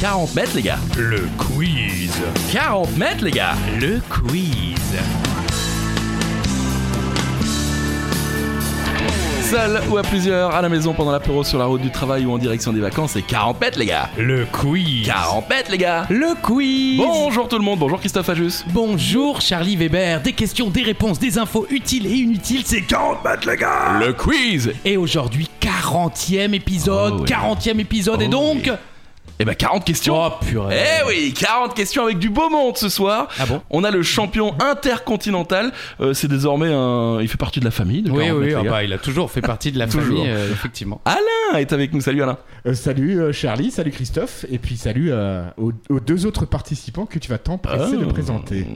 40 mètres, les gars. Le quiz. 40 mètres, les gars. Le quiz. Seul ou à plusieurs, à la maison pendant l'apéro, sur la route du travail ou en direction des vacances, c'est 40 mètres, les gars. Le quiz. 40 mètres, les gars. Le quiz Bonjour tout le monde, bonjour Christophe Ajus. Bonjour Charlie Weber, des questions, des réponses, des infos utiles et inutiles, c'est 40 mètres les gars Le quiz Et aujourd'hui, 40e épisode, Oh oui. 40e épisode, Oh et donc... oui. Eh ben 40 questions Oh purée Eh oui, 40 questions avec du beau monde ce soir. Ah bon On a le champion intercontinental. Euh, c'est désormais un. Il fait partie de la famille. De Oui, 40 oui, mètres, ah les gars. bah, il a toujours fait partie de la Toujours. famille, euh, effectivement. Alain est avec nous. Salut Alain. Euh, salut euh, Charlie, salut Christophe, et puis salut euh, aux, aux deux autres participants que tu vas t'empresser de Oh. présenter.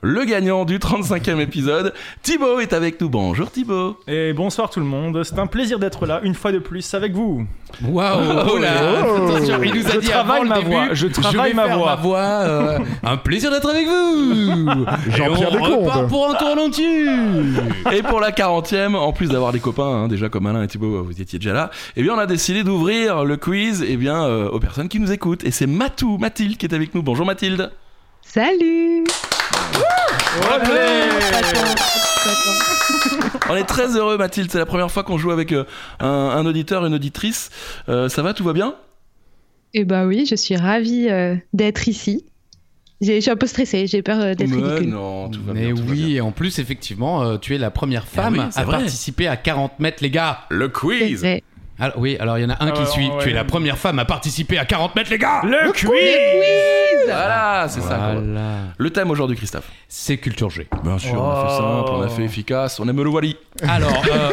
Le gagnant du 35e épisode, Thibaut est avec nous. Bonjour Thibaut. Et bonsoir tout le monde, c'est un plaisir d'être là une fois de plus avec vous. Waouh oh là, Oh. attention, il nous a Je dit travaille avant le ma début, voix, je travaille vais ma faire voix. euh, un plaisir d'être avec vous. Jean-Pierre Et on Deconde. repart pour un tournant dessus. Et pour la 40e, en plus d'avoir des copains, hein, déjà comme Alain et Thibaut, vous étiez déjà là, eh bien on a décidé d'ouvrir le quiz eh bien, euh, aux personnes qui nous écoutent. Et c'est Matou, Mathilde qui est avec nous. Bonjour Mathilde. Salut On est très heureux Mathilde, c'est la première fois qu'on joue avec euh, un, un auditeur, une auditrice. Euh, ça va, tout va bien Eh bah oui, je suis ravie euh, d'être ici. J'ai- Je suis un peu stressée, j'ai peur euh, d'être Mais ridicule. Non, tout va Mais bien. tout va oui, bien. et en plus, effectivement, euh, tu es la première femme oui, c'est à vrai. participer à 40 mètres, les gars. Le C'est quiz vrai. Alors, oui, alors il y en a un Ah qui ouais, suit. ouais. Tu es la première femme à participer à 40 mètres, les gars. Le quiz Voilà, c'est ça. quoi. Voilà. Le thème aujourd'hui, Christophe. C'est culture G. Bien sûr, on Oh. a fait simple, on a fait efficace, on aime le Wally. Alors, euh,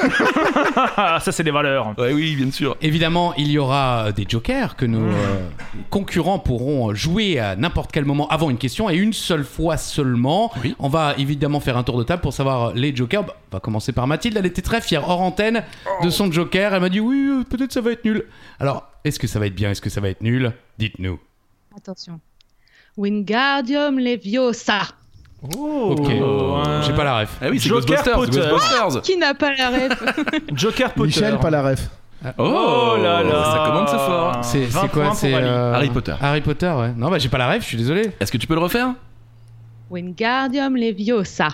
Ah, ça c'est des valeurs. Ouais, oui, bien sûr. évidemment, il y aura des jokers que nos euh, concurrents pourront euh, jouer à n'importe quel moment avant une question et une seule fois seulement. Oui. On va évidemment faire un tour de table pour savoir les jokers. Bah, on va commencer par Mathilde. Elle était très fière hors antenne de son joker. Elle m'a dit oui, euh, peut-être ça va être nul. Alors, est-ce que ça va être bien Est-ce que ça va être nul Dites-nous. Attention. Wingardium Leviosa. Oh. Ok. Euh, un- J'ai pas la ref. Ah oui, c'est Joker Ghostbusters, Potter. Ghostbusters. Qui n'a pas la ref Joker Potter. Michel, pas la ref. Oh là là. Ça commence fort. C'est 20 c'est quoi points C'est pour Ali. euh, Harry Potter. Harry Potter, ouais. Non, bah j'ai pas la rêve, je suis désolé. Est-ce que tu peux le refaire Wingardium Leviosa.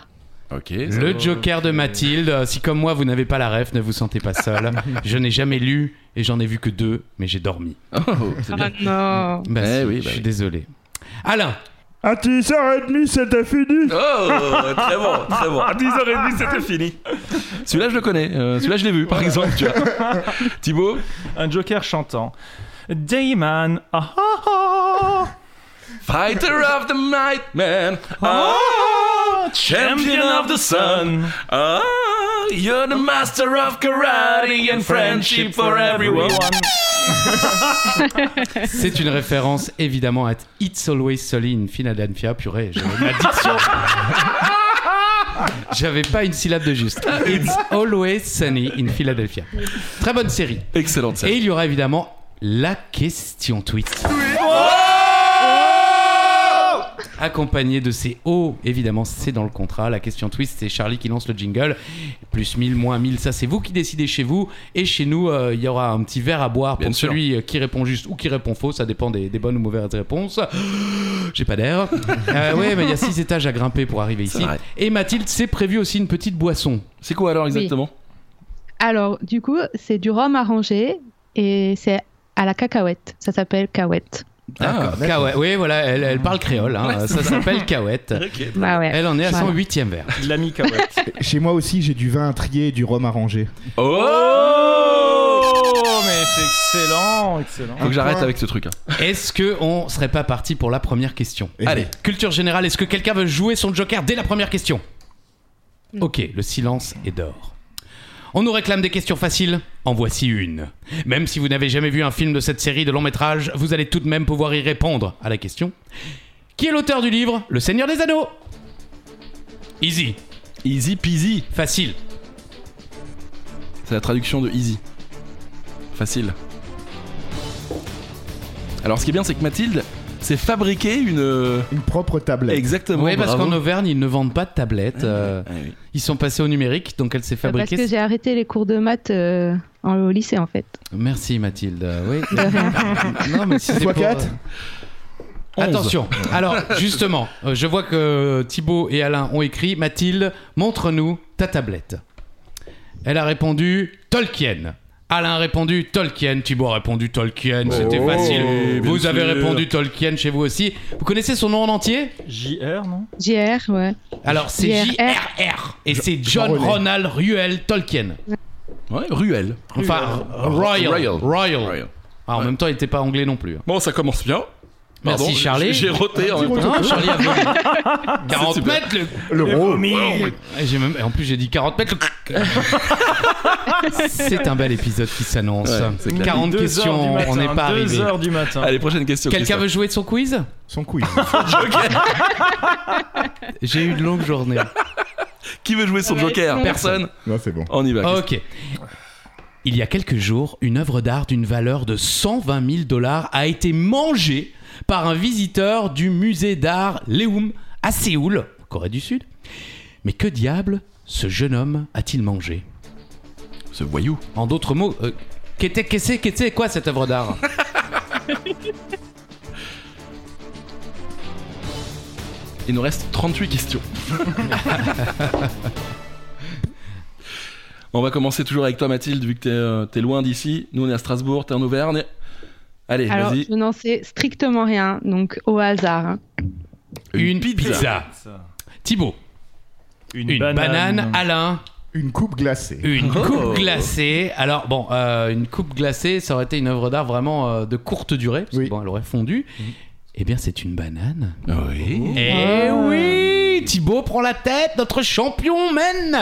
Ok. Le Joker de Mathilde. euh, Si comme moi vous n'avez pas la rêve, ne vous sentez pas seul. je n'ai jamais lu et j'en ai vu que deux, mais j'ai dormi. Oh, c'est bien. Ah non Bah, Eh si, oui, bah je oui. suis désolé. Alain, À 10h30, c'était fini Oh, très bon, très bon. À 10h30, c'était fini. Celui-là, je le connais. Euh, Celui-là, je l'ai vu, par exemple. Tu vois. Thibaut Un Joker chantant. Dayman. Ah ah ah. Fighter of the night, man. Ah, champion of the sun. Ah, you're the master of karate and friendship for everyone. c'est une référence évidemment à It's Always Sunny in Philadelphia. Purée, j'avais une addiction. J'avais pas une syllabe de juste. Ah, It's Always Sunny in Philadelphia. Très bonne série. Excellente scène. Et il y aura évidemment la question tweet. Oh Accompagné de ces hauts, évidemment, c'est dans le contrat. La question twist, c'est Charlie qui lance le jingle. Plus 1000, moins 1000, ça c'est vous qui décidez chez vous. Et chez nous, euh, il y aura un petit verre à boire pour Bien sûr. celui euh, qui répond juste ou qui répond faux. Ça dépend des, des bonnes ou mauvaises réponses. J'ai pas d'air. Euh, ouais, mais il y a 6 étages à grimper pour arriver C'est ici. vrai. Et Mathilde, c'est prévu aussi une petite boisson. C'est quoi alors exactement Alors, du coup, c'est du rhum arrangé et c'est à la cacahuète. Ça s'appelle cahuète. Ah, D'accord. Cahuè- Oui, voilà, elle, elle parle créole. hein. ça s'appelle Cahuète. Bah ouais. Eh ben, Elle en est à son Voilà. huitième verre. De la micaouette. Chez moi aussi, j'ai du vin à trier et du rhum à ranger. Oh mais c'est excellent, excellent. Faut que j'arrête point. avec ce truc. hein. Est-ce que on serait pas parti pour la première question Et- Allez. Culture générale, est-ce que quelqu'un veut jouer son joker dès la première question Ok, le silence est d'or. On nous réclame des questions faciles, en voici une. Même si vous n'avez jamais vu un film de cette série de long métrage, vous allez tout de même pouvoir y répondre à la question. Qui est l'auteur du livre Le Seigneur des Anneaux Easy, Easy peasy. facile. C'est la traduction de easy. Facile. Alors, ce qui est bien, c'est que Mathilde s'est fabriqué une. euh, Une propre tablette. Exactement. Oui, parce bravo. qu'en Auvergne, ils ne vendent pas de tablettes. euh, Ah oui. Ils sont passés au numérique, donc elle s'est Parce fabriquée. que j'ai arrêté les cours de maths euh, en- au lycée en fait. Merci Mathilde. Oui. non mais si c'est Fois pour, quatre euh, Onze. Attention. Alors, justement, euh, je vois que Thibaut et Alain ont écrit Mathilde, montre-nous ta tablette. Elle a répondu Tolkien. Alain a répondu Tolkien. Thibaut a répondu Tolkien. C'était Oh, facile. bien Vous avez sûr. répondu Tolkien chez vous aussi. Vous connaissez son nom en entier JR, non Oh. JR, ouais. Alors, c'est JRR. JRR. Et c'est John René. Ronald Ruel Tolkien. Ouais, Ruel. Enfin, Royal. Royal. Royal. Ruel. Ah, en même temps, il n'était pas anglais non plus. hein. Bon, ça commence bien. Pardon, Merci, j- Charlie. J'ai roté en même temps. Non, Charlie a volé. 40 super. mètres, le Le rôle. Et j'ai même- et En plus, j'ai dit 40 mètres. le- C'est un bel épisode qui s'annonce. Ouais, c'est clair. 40 questions, on n'est pas arrivé. 2 heures du matin. Allez, prochaine question. Quelqu'un Christophe. veut jouer de son quiz Son quiz. J'ai eu une longue journée. Qui veut jouer son Ouais, joker ouais. Personne. non, c'est bon. On y va. ok. Il y a quelques jours, une œuvre d'art d'une valeur de 120 000 dollars a été mangée par un visiteur du musée d'art Leum à Séoul, en Corée du Sud. Mais que diable ce jeune homme a-t-il mangé Ce voyou. En d'autres mots, euh, qu'était, qu'est-ce, qu'était quoi cette œuvre d'art Il nous reste 38 questions. on va commencer toujours avec toi, Mathilde, vu que t'es, euh, t'es loin d'ici. Nous, on est à Strasbourg, t'es en Auvergne. Allez, Alors, vas-y. je n'en sais strictement rien, donc au hasard. hein. Une Thibaut, Une, une banane. Alain, Une coupe glacée. une Oh. coupe glacée. Alors bon, euh, une coupe glacée, ça aurait été une œuvre d'art vraiment euh, de courte durée, parce que, Oui. bon, elle aurait fondu. Mm. Eh bien, c'est une banane. Ah. Oui. Eh oui Thibaut prend la tête, notre champion mène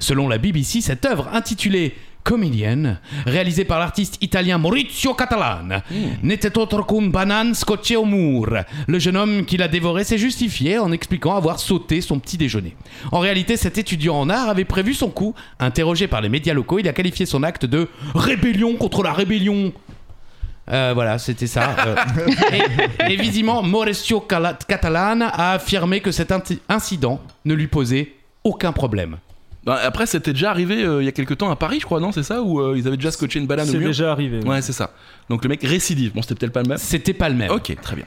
Selon la BBC, cette œuvre intitulée Comedian, réalisée par l'artiste italien Maurizio Catalan, n'était autre qu'une banane scotchée au mur. Le jeune homme qui l'a dévorée s'est justifié en expliquant avoir sauté son petit déjeuner. En réalité, cet étudiant en art avait prévu son coup. Interrogé par les médias locaux, il a qualifié son acte de rébellion contre la rébellion. Euh, voilà, c'était ça. euh. et, et visiblement, Mauricio Cala- Catalan a affirmé que cet inti- incident ne lui posait aucun problème. Bah, après, c'était déjà arrivé euh, il y a quelques temps à Paris, je crois, non C'est ça Où euh, ils avaient déjà scotché une banane au C'est mur déjà arrivé. oui. Ouais, c'est ça. Donc le mec récidive. Bon, c'était peut-être pas le même. C'était pas le même. Ok, très bien.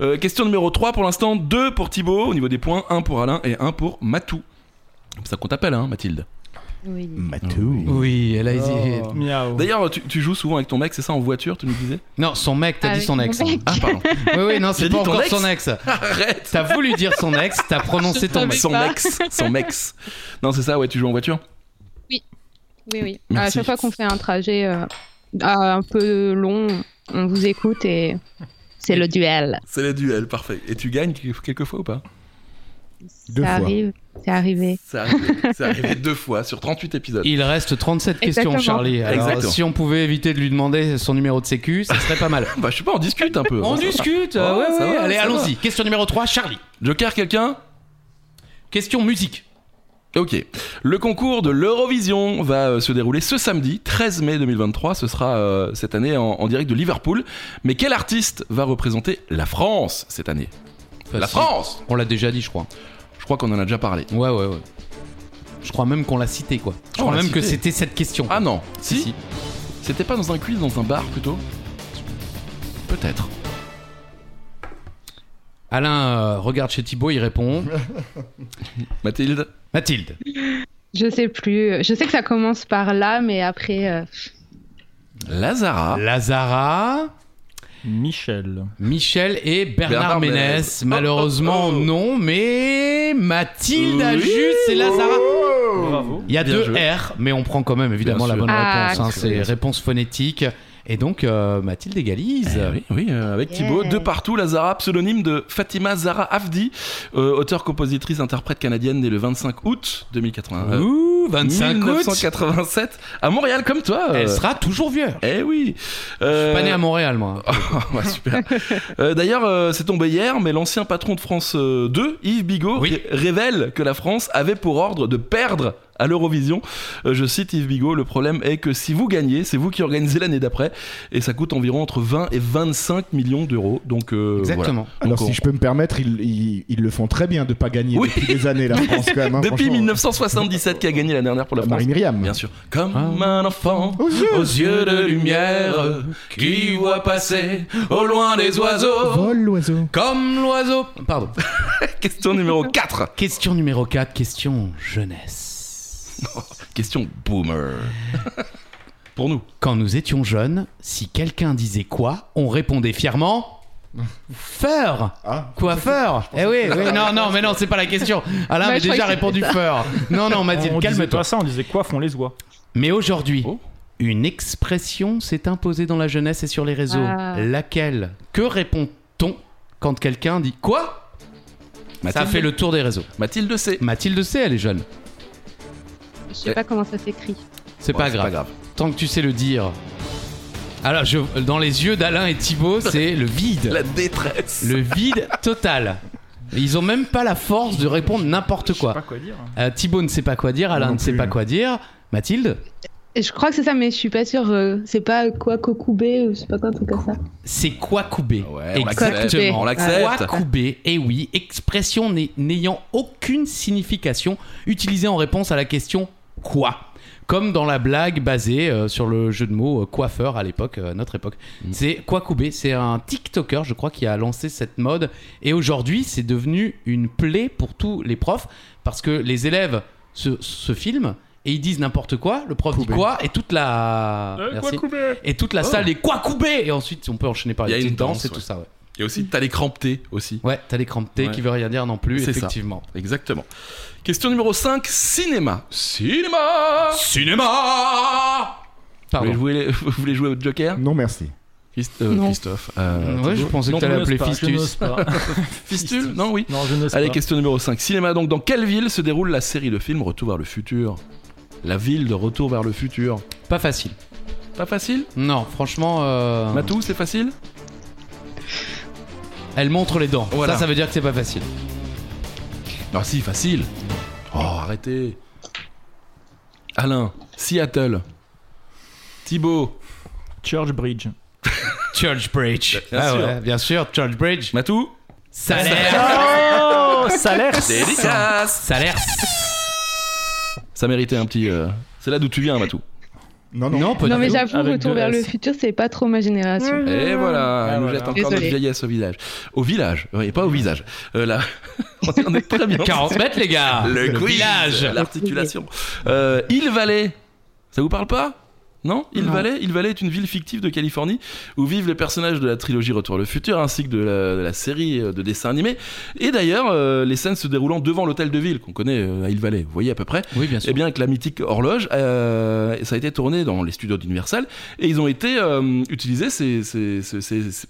Euh, question numéro 3 pour l'instant, 2 pour Thibaut au niveau des points, 1 pour Alain et 1 pour Matou. C'est ça qu'on t'appelle, hein, Mathilde. Euh, Mm. Matou. Oui, elle a hésité. Oh, Oh. Miaou. D'ailleurs, tu, tu joues souvent avec ton mec, c'est ça, en voiture, tu nous disais Non, son mec, t'as Ah dit oui, son mon ex. mec. Ah, pardon. Oui, oui, non, c'est J'ai pas dit ton encore ex. son ex. Arrête T'as voulu dire son ex, t'as prononcé ton mec. Son ex, son ex. Non, c'est ça, ouais, tu joues en voiture Oui, oui. Merci. À chaque fois qu'on fait un trajet euh, ah, un peu long, on vous écoute et c'est le duel. C'est le duel, parfait. Et tu gagnes quel- quelquefois ou pas Deux ça fois. arrive, c'est arrivé. C'est arrivé, c'est arrivé deux fois sur 38 épisodes. Il reste 37 questions, Exactement. Charlie. Alors, Exactement. si on pouvait éviter de lui demander son numéro de sécu, ça serait pas mal. Bah, je sais pas, on discute un peu. On Ça va. discute. Ouais, euh, ouais, ça ouais, va, Allez, ça va. allons-y. Question numéro 3, Charlie. Joker, quelqu'un Question musique. Ok. Le concours de l'Eurovision va euh, se dérouler ce samedi 13 mai 2023. Ce sera euh, cette année en, en direct de Liverpool. Mais quel artiste va représenter la France cette année La Facile. France On l'a déjà dit, je crois. Je crois qu'on en a déjà parlé. Ouais, ouais, ouais. Je crois même qu'on l'a cité, quoi. Je On crois l'a même que cité. c'était cette question. Ah non, Si, si, si. C'était pas dans un quiz, dans un bar plutôt Peut-être. Alain euh, regarde chez Thibaut, il répond. Mathilde Mathilde. Je sais plus. Je sais que ça commence par là, mais après. euh, Lazara Lazara, Michel. Michel et Bernard, Bernard Ménez. Ménès. Malheureusement, Oh, oh, oh. non, mais Mathilde a Oui. Oh. juste, c'est Lazara. Bravo. Il y a Bien deux joué. R, mais on prend quand même évidemment Bien la sûr. bonne Ah, réponse. hein, cool. c'est réponse phonétique. Et donc, euh, Mathilde égalise. Eh oui, oui, euh, avec Yeah. Thibaut, de partout, la Zara, pseudonyme de Fatima Zara Afdi, euh, auteure, compositrice, interprète canadienne née le 25 août 2080, euh, Ouh, 25 août. 1987, à Montréal comme toi. euh. Elle sera toujours vierge. Eh oui. Je Euh, suis pas né à Montréal, moi. Ouais, super. Euh, D'ailleurs, euh, c'est tombé hier, mais l'ancien patron de France euh, 2, Yves Bigot, Oui. ré- révèle que la France avait pour ordre de perdre à l'Eurovision. Euh, je cite Yves Bigot, le problème est que si vous gagnez, c'est vous qui organisez l'année d'après, et ça coûte environ entre 20 et 25 millions d'euros. Donc, euh, Exactement. voilà. Alors Donc, si je peux me permettre, ils, ils- ils le font très bien de pas gagner Oui. depuis des années la France quand même. hein, on- Depuis franchement. 1977 qui a gagné la dernière pour la France. Marie Myriam. Bien sûr. Comme un enfant aux yeux de lumière qui voit passer au loin des oiseaux. Vol l'oiseau. Comme l'oiseau. Pardon. Question numéro 4. Question numéro 4, question jeunesse. Question boomer. Pour nous. Quand nous étions jeunes, si quelqu'un disait quoi, on répondait fièrement Feur Ah. Coiffeur Eh oui, oui, non, non, mais non, c'est pas la question. Alain Bah, avait je croyais déjà que répondu feur. Non, non, Mathilde, On disait calme-toi. pas ça, on disait quoi font les oies Mais aujourd'hui, Oh. une expression s'est imposée dans la jeunesse et sur les réseaux. Ah. Laquelle Que répond-on quand quelqu'un dit quoi Ça Mathilde, fait le tour des réseaux. Mathilde C. Mathilde C, elle est jeune. Je Eh. sais pas comment ça s'écrit. C'est Ouais, pas, grave. Tant que tu sais le dire. Alors, je, dans les yeux d'Alain et Thibaut, c'est le vide. La détresse. Le vide total. Ils ont même pas la force de répondre n'importe Je sais pas quoi. quoi dire. Euh, Thibaut ne sait pas quoi dire, Alain non ne sait plus. pas quoi dire. Mathilde, Et je crois que c'est ça, mais je suis pas sûre. euh, c'est pas quoi Kokoubé ou je sais pas quoi, un truc comme ça. c'est quoi couper Ah Ouais, on l'accepte. On Exactement. Quoi l'accepte. couper Et oui, expression n'ay- n'ayant aucune signification, utilisée en réponse à la question quoi comme dans la blague basée euh, sur le jeu de mots euh, coiffeur à l'époque, euh, à notre époque. Mm. C'est Kwakubé, c'est un TikToker, je crois, qui a lancé cette mode. Et aujourd'hui, c'est devenu une plaie pour tous les profs parce que les élèves se, se filment et ils disent n'importe quoi. Le prof dit Koubé. quoi et toute Euh, la Merci. et toute la salle est Kwakubé. Et ensuite, on peut enchaîner par Oh. Il y a les une petites danses danse, et ouais. tout ça. ouais. Et aussi, t'as les crampes T aussi. Ouais, t'as les crampes T Ouais. qui veut rien dire non plus, C'est ça. effectivement. Exactement. Question numéro 5, cinéma. Cinéma Cinéma vous Pardon. voulez, jouer, les- vous voulez jouer au Joker Non merci. Christ- euh, Non. Christophe. euh, Ouais, je pensais que Non, je t'allais n'ose appeler pas, je n'ose Fistus. pas. Fistule Non, oui. Non, je n'ose pas. Allez, question numéro 5. Cinéma, donc dans quelle ville se déroule la série de films Retour vers le futur La ville de Retour vers le futur. Pas facile. Pas facile Non, franchement, euh, Matou, c'est facile elle montre les dents. Voilà. Ça, ça veut dire que c'est pas facile. Non, Ah si, facile. Oh, arrêtez. Alain, Seattle. Thibaut. Church Bridge. Church Bridge. Bien ah sûr. ouais, bien sûr, Church Bridge. Matou Ça a l'air. Oh, ça l'air. Dédicace Ça a l'air. Ça méritait un petit. euh, C'est là d'où tu viens, Matou. Non non. Non, pas non, du mais tout. j'avoue, avec Retour deux vers le S. futur, c'est pas trop ma génération. Et voilà, Ah, elle nous voilà. jette encore Désolée. notre vieillesse au village. Au village, oui, pas au visage. Euh, là, on est très bien. 40 mètres, les gars. le quiz, Ah, village. l'articulation. Euh, Hill Valley, ça vous parle pas non, Hill Valley, Hill Valley est une ville fictive de Californie où vivent les personnages de la trilogie Retour vers le futur ainsi que de la, de la série euh, de dessins animés. Et d'ailleurs, euh, les scènes se déroulant devant l'hôtel de ville qu'on connaît euh, à Hill Valley, vous voyez à peu près. Oui, bien Eh sûr. bien, avec la mythique horloge, euh, ça a été tourné dans les studios d'Universal et ils ont été euh, utilisés ces- ces- ces- ces- ces-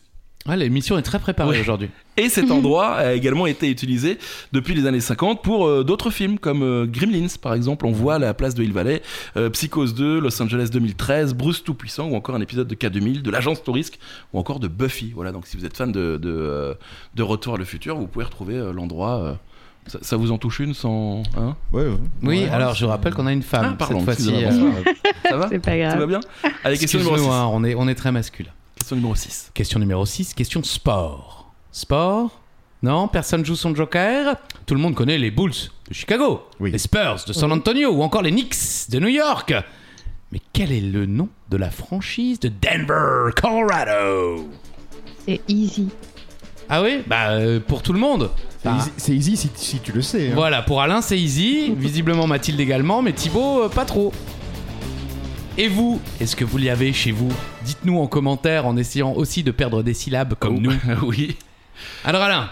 Ouais, l'émission est très préparée Ouais. aujourd'hui. et Mhm. cet endroit a également été utilisé depuis les années 50 pour euh, d'autres films comme euh, Gremlins par exemple. On voit la place de Hill Valley, euh, Psychose 2, Los Angeles 2013, Bruce Tout-Puissant ou encore un épisode de K2000, de l'agence Tourisque ou encore de Buffy. Voilà, donc si vous êtes fan de, de, euh, de Retour à le futur, vous pouvez retrouver euh, l'endroit. euh, ça, ça vous en touche une sans. hein Ouais, ouais. Oui, Ouais. alors je rappelle qu'on a une femme Ah, pardon, cette fois-ci. excusez-moi. euh, ça va C'est pas Tout va grave. bien Allez, question numéro, excuse-nous, 6. hein, on, est, on est très masculin. question numéro 6. Question numéro 6, question sport. Sport Non, personne joue son joker Tout le monde connaît les Bulls de Chicago, Oui. les Spurs de San Antonio ou encore les Knicks de New York. Mais quel est le nom de la franchise de Denver, Colorado C'est easy. Ah oui Bah euh, pour tout le monde. C'est Ah. easy- C'est easy, si, si tu le sais. hein. Voilà, pour Alain c'est easy, visiblement Mathilde également, mais Thibaut euh, pas trop. Et vous, est-ce que vous l'y avez chez vous Dites-nous en commentaire en essayant aussi de perdre des syllabes comme nous. Oh. oui. Alors Alain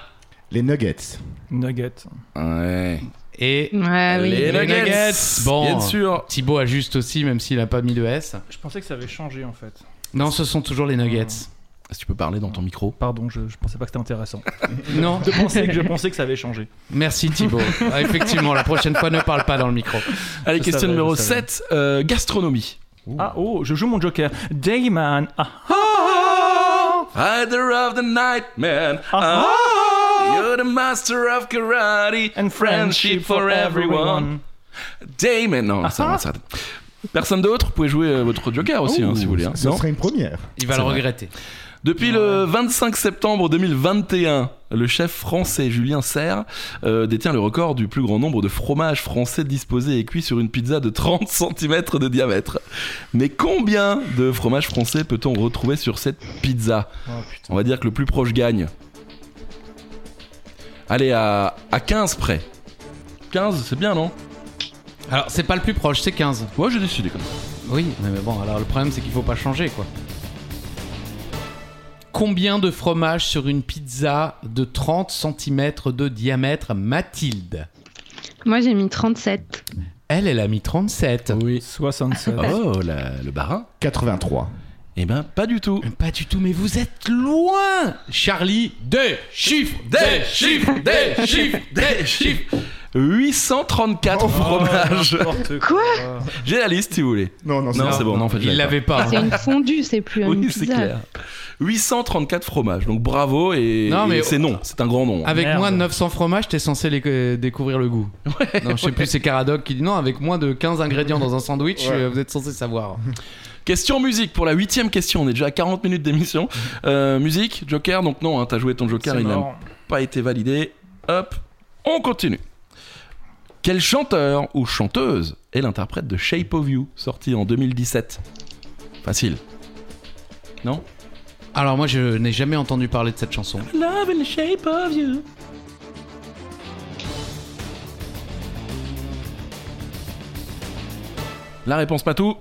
Les nuggets. Nugget. Ouais. et Ouais, Ah oui. Les, Les nuggets. Nuggets. Bon. Bien sûr. Thibaut ajuste aussi, même s'il n'a pas mis de S. Je pensais que ça avait changé en fait. Non, ce sont toujours les Nuggets. Si tu peux parler dans ton micro. Pardon, je, je pensais pas que c'était intéressant. Non Je pensais, que, je pensais que ça avait changé. Merci Thibaut. Ah, Effectivement, la prochaine fois, ne parle pas dans le micro. Allez, Je question savais, numéro je savais. 7. euh, gastronomie. Ah oh, je joue mon Joker. Dayman. Ah Rider of the night, man. ah, Ah, You're the master of karate and friendship for everyone. Damon. Non, ça, non, ça. Personne d'autre, vous pouvez jouer euh, votre Joker aussi, hein, si vous voulez. hein. Ce Non serait une première. Il va C'est le vrai. regretter. Depuis le 25 septembre 2021, le chef français Julien Serre euh, détient le record du plus grand nombre de fromages français disposés et cuits sur une pizza de 30 cm de diamètre. Mais combien de fromages français peut-on retrouver sur cette pizza Oh, On va dire que le plus proche gagne. Allez, à, à 15 près. 15, c'est bien, non Alors, c'est pas le plus proche, c'est 15. Ouais, j'ai décidé comme ça. Oui, mais mais bon, alors le problème, c'est qu'il faut pas changer, quoi. Combien de fromage sur une pizza de 30 cm de diamètre, Mathilde Moi, j'ai mis 37. Elle, elle a mis 37. Oui. 67. Oh, la- le barin 83. Eh ben, pas du tout. Pas du tout, mais vous êtes loin Charlie, deux chiffres Deux chiffres Deux chiffres Deux chiffres Oh. 834 fromages. Quoi J'ai la liste si vous voulez. Non, non, Non, c'est bon, non, en fait, je Il l'avais l'avait pas. C'est une fondue, c'est plus pas. une Oui, c'est pizza. clair. 834 fromages, donc bravo et, Non, mais- Ah. et c'est non, c'est un grand nom. Avec Merde. moins de 900 fromages, t'es censé les- euh, découvrir le goût. non, je sais plus, c'est Caradoc qui dit non, avec moins de 15 ingrédients dans un sandwich, Ouais. euh, vous êtes censé savoir. Question musique pour la huitième question, on est déjà à 40 minutes d'émission. Euh, musique, Joker, donc non, hein, t'as joué ton Joker, C'est il n'a marrant. pas été validé. Hop, on continue. Quel chanteur ou chanteuse est l'interprète de Shape of You, sorti en 2017 Facile. Non Alors moi, je n'ai jamais entendu parler de cette chanson. Love in the shape of you. La réponse pas tout.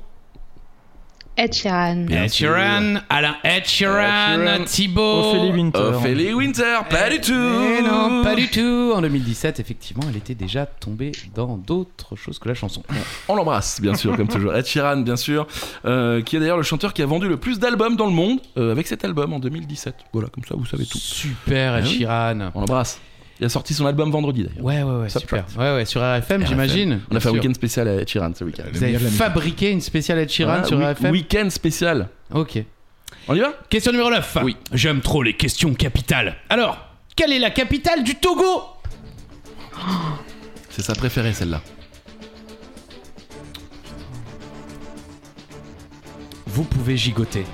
Ed Sheeran. Bien Ed Sheeran, Alain Ed Ed Sheeran, Sheeran. Thibaut. Ophélie Winter. Ophélie Euh, Winter, pas du tout. Eh non, pas du tout. En 2017, effectivement, elle était déjà tombée dans d'autres choses que la chanson. On l'embrasse, bien sûr, comme toujours. Ed Sheeran, bien sûr, euh, qui est d'ailleurs le chanteur qui a vendu le plus d'albums dans le monde euh, avec cet album en 2017. Voilà, comme ça vous savez tout. Super, Ed Ah oui. Sheeran. On l'embrasse. Il a sorti son album vendredi d'ailleurs. Ouais, ouais, ouais, Subtract. super. Ouais, ouais, sur RFM, j'imagine. On a fait un Bien sûr. week-end spécial à Ed Sheeran ce week-end. Vous avez fabriqué une spéciale Ed Sheeran Voilà, sur week- RFM Week-end spécial. Ok. On y va Question numéro 9. Oui. J'aime trop les questions capitales. Alors, quelle est la capitale du Togo C'est sa préférée celle-là. Vous pouvez gigoter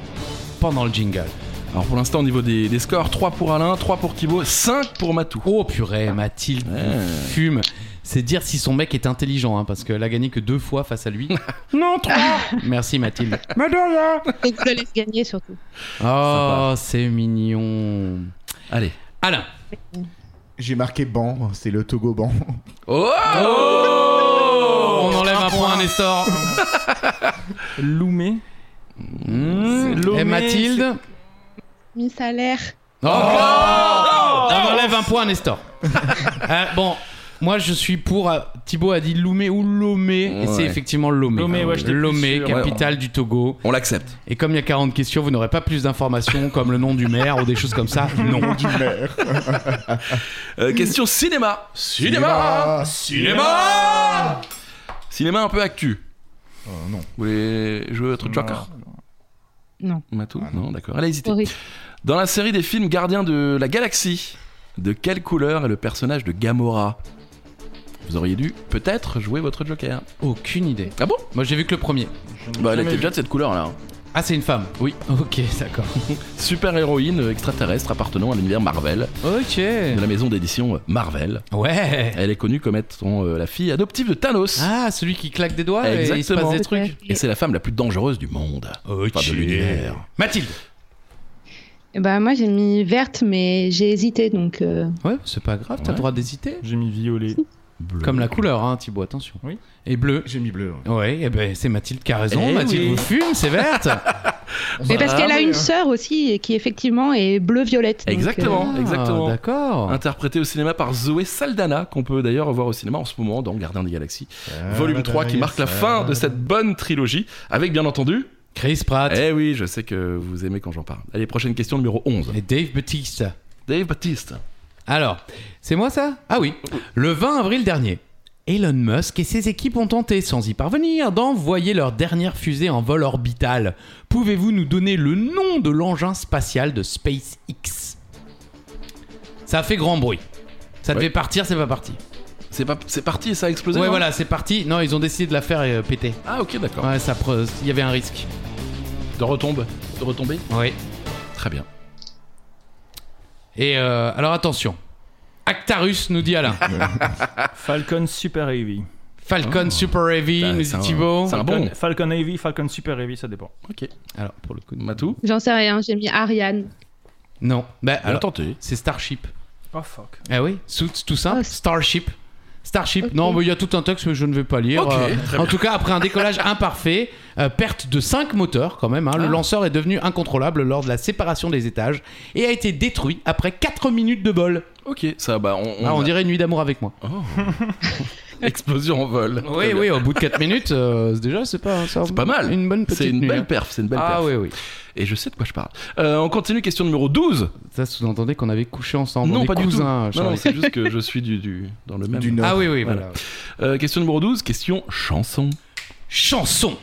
pendant le jingle. Alors pour l'instant au niveau des, des scores, 3 pour Alain, 3 pour Thibaut, 5 pour Matou. Oh purée, Mathilde Ouais. fume. C'est dire si son mec est intelligent, hein, parce qu'elle a gagné que deux fois face à lui. non, trois Merci Mathilde. Ah. Et vous le laissez gagner surtout. Oh, c'est mignon. Allez. Alain. J'ai marqué ban, c'est le Togo ban. Oh, On enlève un point à Nestor. Loumé. Mmh. Lomé, Et Mathilde Mis salaire. Oh On enlève un point à Nestor. Euh, bon, moi je suis pour. euh, Thibaut a dit Lomé ou Lomé, et c'est Ouais. effectivement Lomé. Lomé, ouais, j'étais plus Lomé, sûr. capitale du Togo. On l'accepte. Et comme il y a 40 questions, vous n'aurez pas plus d'informations comme le nom du maire ou des choses comme ça. Non. Du maire. Euh, question cinéma. Cinéma. Cinéma Cinéma un peu actu. Oh, non. Vous voulez jouer votre Joker Non. Matou Ah, Non, d'accord. Allez, hésitez. Horrible. Dans la série des films Gardiens de la Galaxie, de quelle couleur est le personnage de Gamora Vous auriez dû peut-être jouer votre Joker. Aucune idée. Ah bon Moi j'ai vu que le premier. Bah, elle jamais était vu. déjà de cette couleur-là. hein. Ah, c'est une femme Oui. Ok, d'accord. Super-héroïne euh, extraterrestre appartenant à l'univers Marvel, Ok. de la maison d'édition euh, Marvel. Ouais. Elle est connue comme étant euh, la fille adoptive de Thanos. Ah, celui qui claque des doigts et il se Exactement. passe des trucs. Et c'est la femme la plus dangereuse du monde. Ok. Pas de l'univers. Mathilde. Eh ben, moi, j'ai mis verte, mais j'ai hésité, donc... euh, Ouais, c'est pas grave, t'as le Ouais. droit d'hésiter. J'ai mis violet. Bleu. Comme la couleur, hein, Thibaut, attention. Oui. Et bleu. J'ai mis bleu. ouais. Ouais, eh ben, c'est Mathilde qui a raison. Eh Mathilde oui. vous fume, c'est verte. Mais parce qu'elle a oui, une hein. sœur aussi, et qui effectivement est bleu-violette. donc, Exactement. Ah, exactement. D'accord. Interprétée au cinéma par Zoé Saldana, qu'on peut d'ailleurs voir au cinéma en ce moment dans Gardien des Galaxies, Ah, volume 3, qui marque la fin de cette bonne trilogie, avec bien entendu. Chris Pratt. Eh oui, je sais que vous aimez quand j'en parle. Allez, prochaine question numéro 11. Et Dave Bautista. Dave Baptiste. Alors, c'est moi ça Ah oui. Le 20 avril dernier, Elon Musk et ses équipes ont tenté, sans y parvenir, d'envoyer leur dernière fusée en vol orbital. Pouvez-vous nous donner le nom de l'engin spatial de SpaceX Ça a fait grand bruit. Ça Ouais. devait partir, c'est pas parti. C'est pas- c'est parti, ça a explosé. Ouais, non voilà, c'est parti. Non, ils ont décidé de la faire euh, péter. Ah, ok, d'accord. Ouais, ça, pre- il y avait un risque. De retombe, de retomber. Oui. Très bien. Et euh, alors attention. Actarus nous dit Alain. Falcon Super Heavy. Falcon Super Heavy, Bah, nous c'est dit un- Thibaut. c'est un bon. Falcon- Falcon Heavy, Falcon Super Heavy, ça dépend. Ok. Alors pour le coup. Matou. euh, J'en sais rien, j'ai mis Ariane. Non. Bah Alors, alors. tenté. C'est Starship. Oh fuck. Ah oui, Suits, tout ça. Ah, c'est- Starship. Starship. Ok. Non, mais il y a tout un texte que je ne vais pas lire. Ok, Euh, très en tout cas, après un décollage imparfait, euh, perte de 5 moteurs quand même, hein, le Ah. lanceur est devenu incontrôlable lors de la séparation des étages et a été détruit après 4 minutes de bol. Ok, ça, bah, on. on Ah, on a- dirait Nuit d'amour avec moi. Oh. Explosion en vol. Oui, Très bien. oui, au bout de 4 minutes, euh, c'est déjà, c'est pas, ça- C'est pas mal. Une bonne petite C'est une nuit, belle hein. perf, c'est une belle Ah perf. oui, oui. Et je sais de quoi je parle. Euh, on continue, question numéro 12. Ça sous-entendait qu'on avait couché ensemble. non, on est pas cousins, du tout. Non, Charlie. non, c'est juste que je suis du, du- dans le même. Du Nord. ah oui, oui, voilà. Voilà. Euh, question numéro 12, question chanson. Chanson.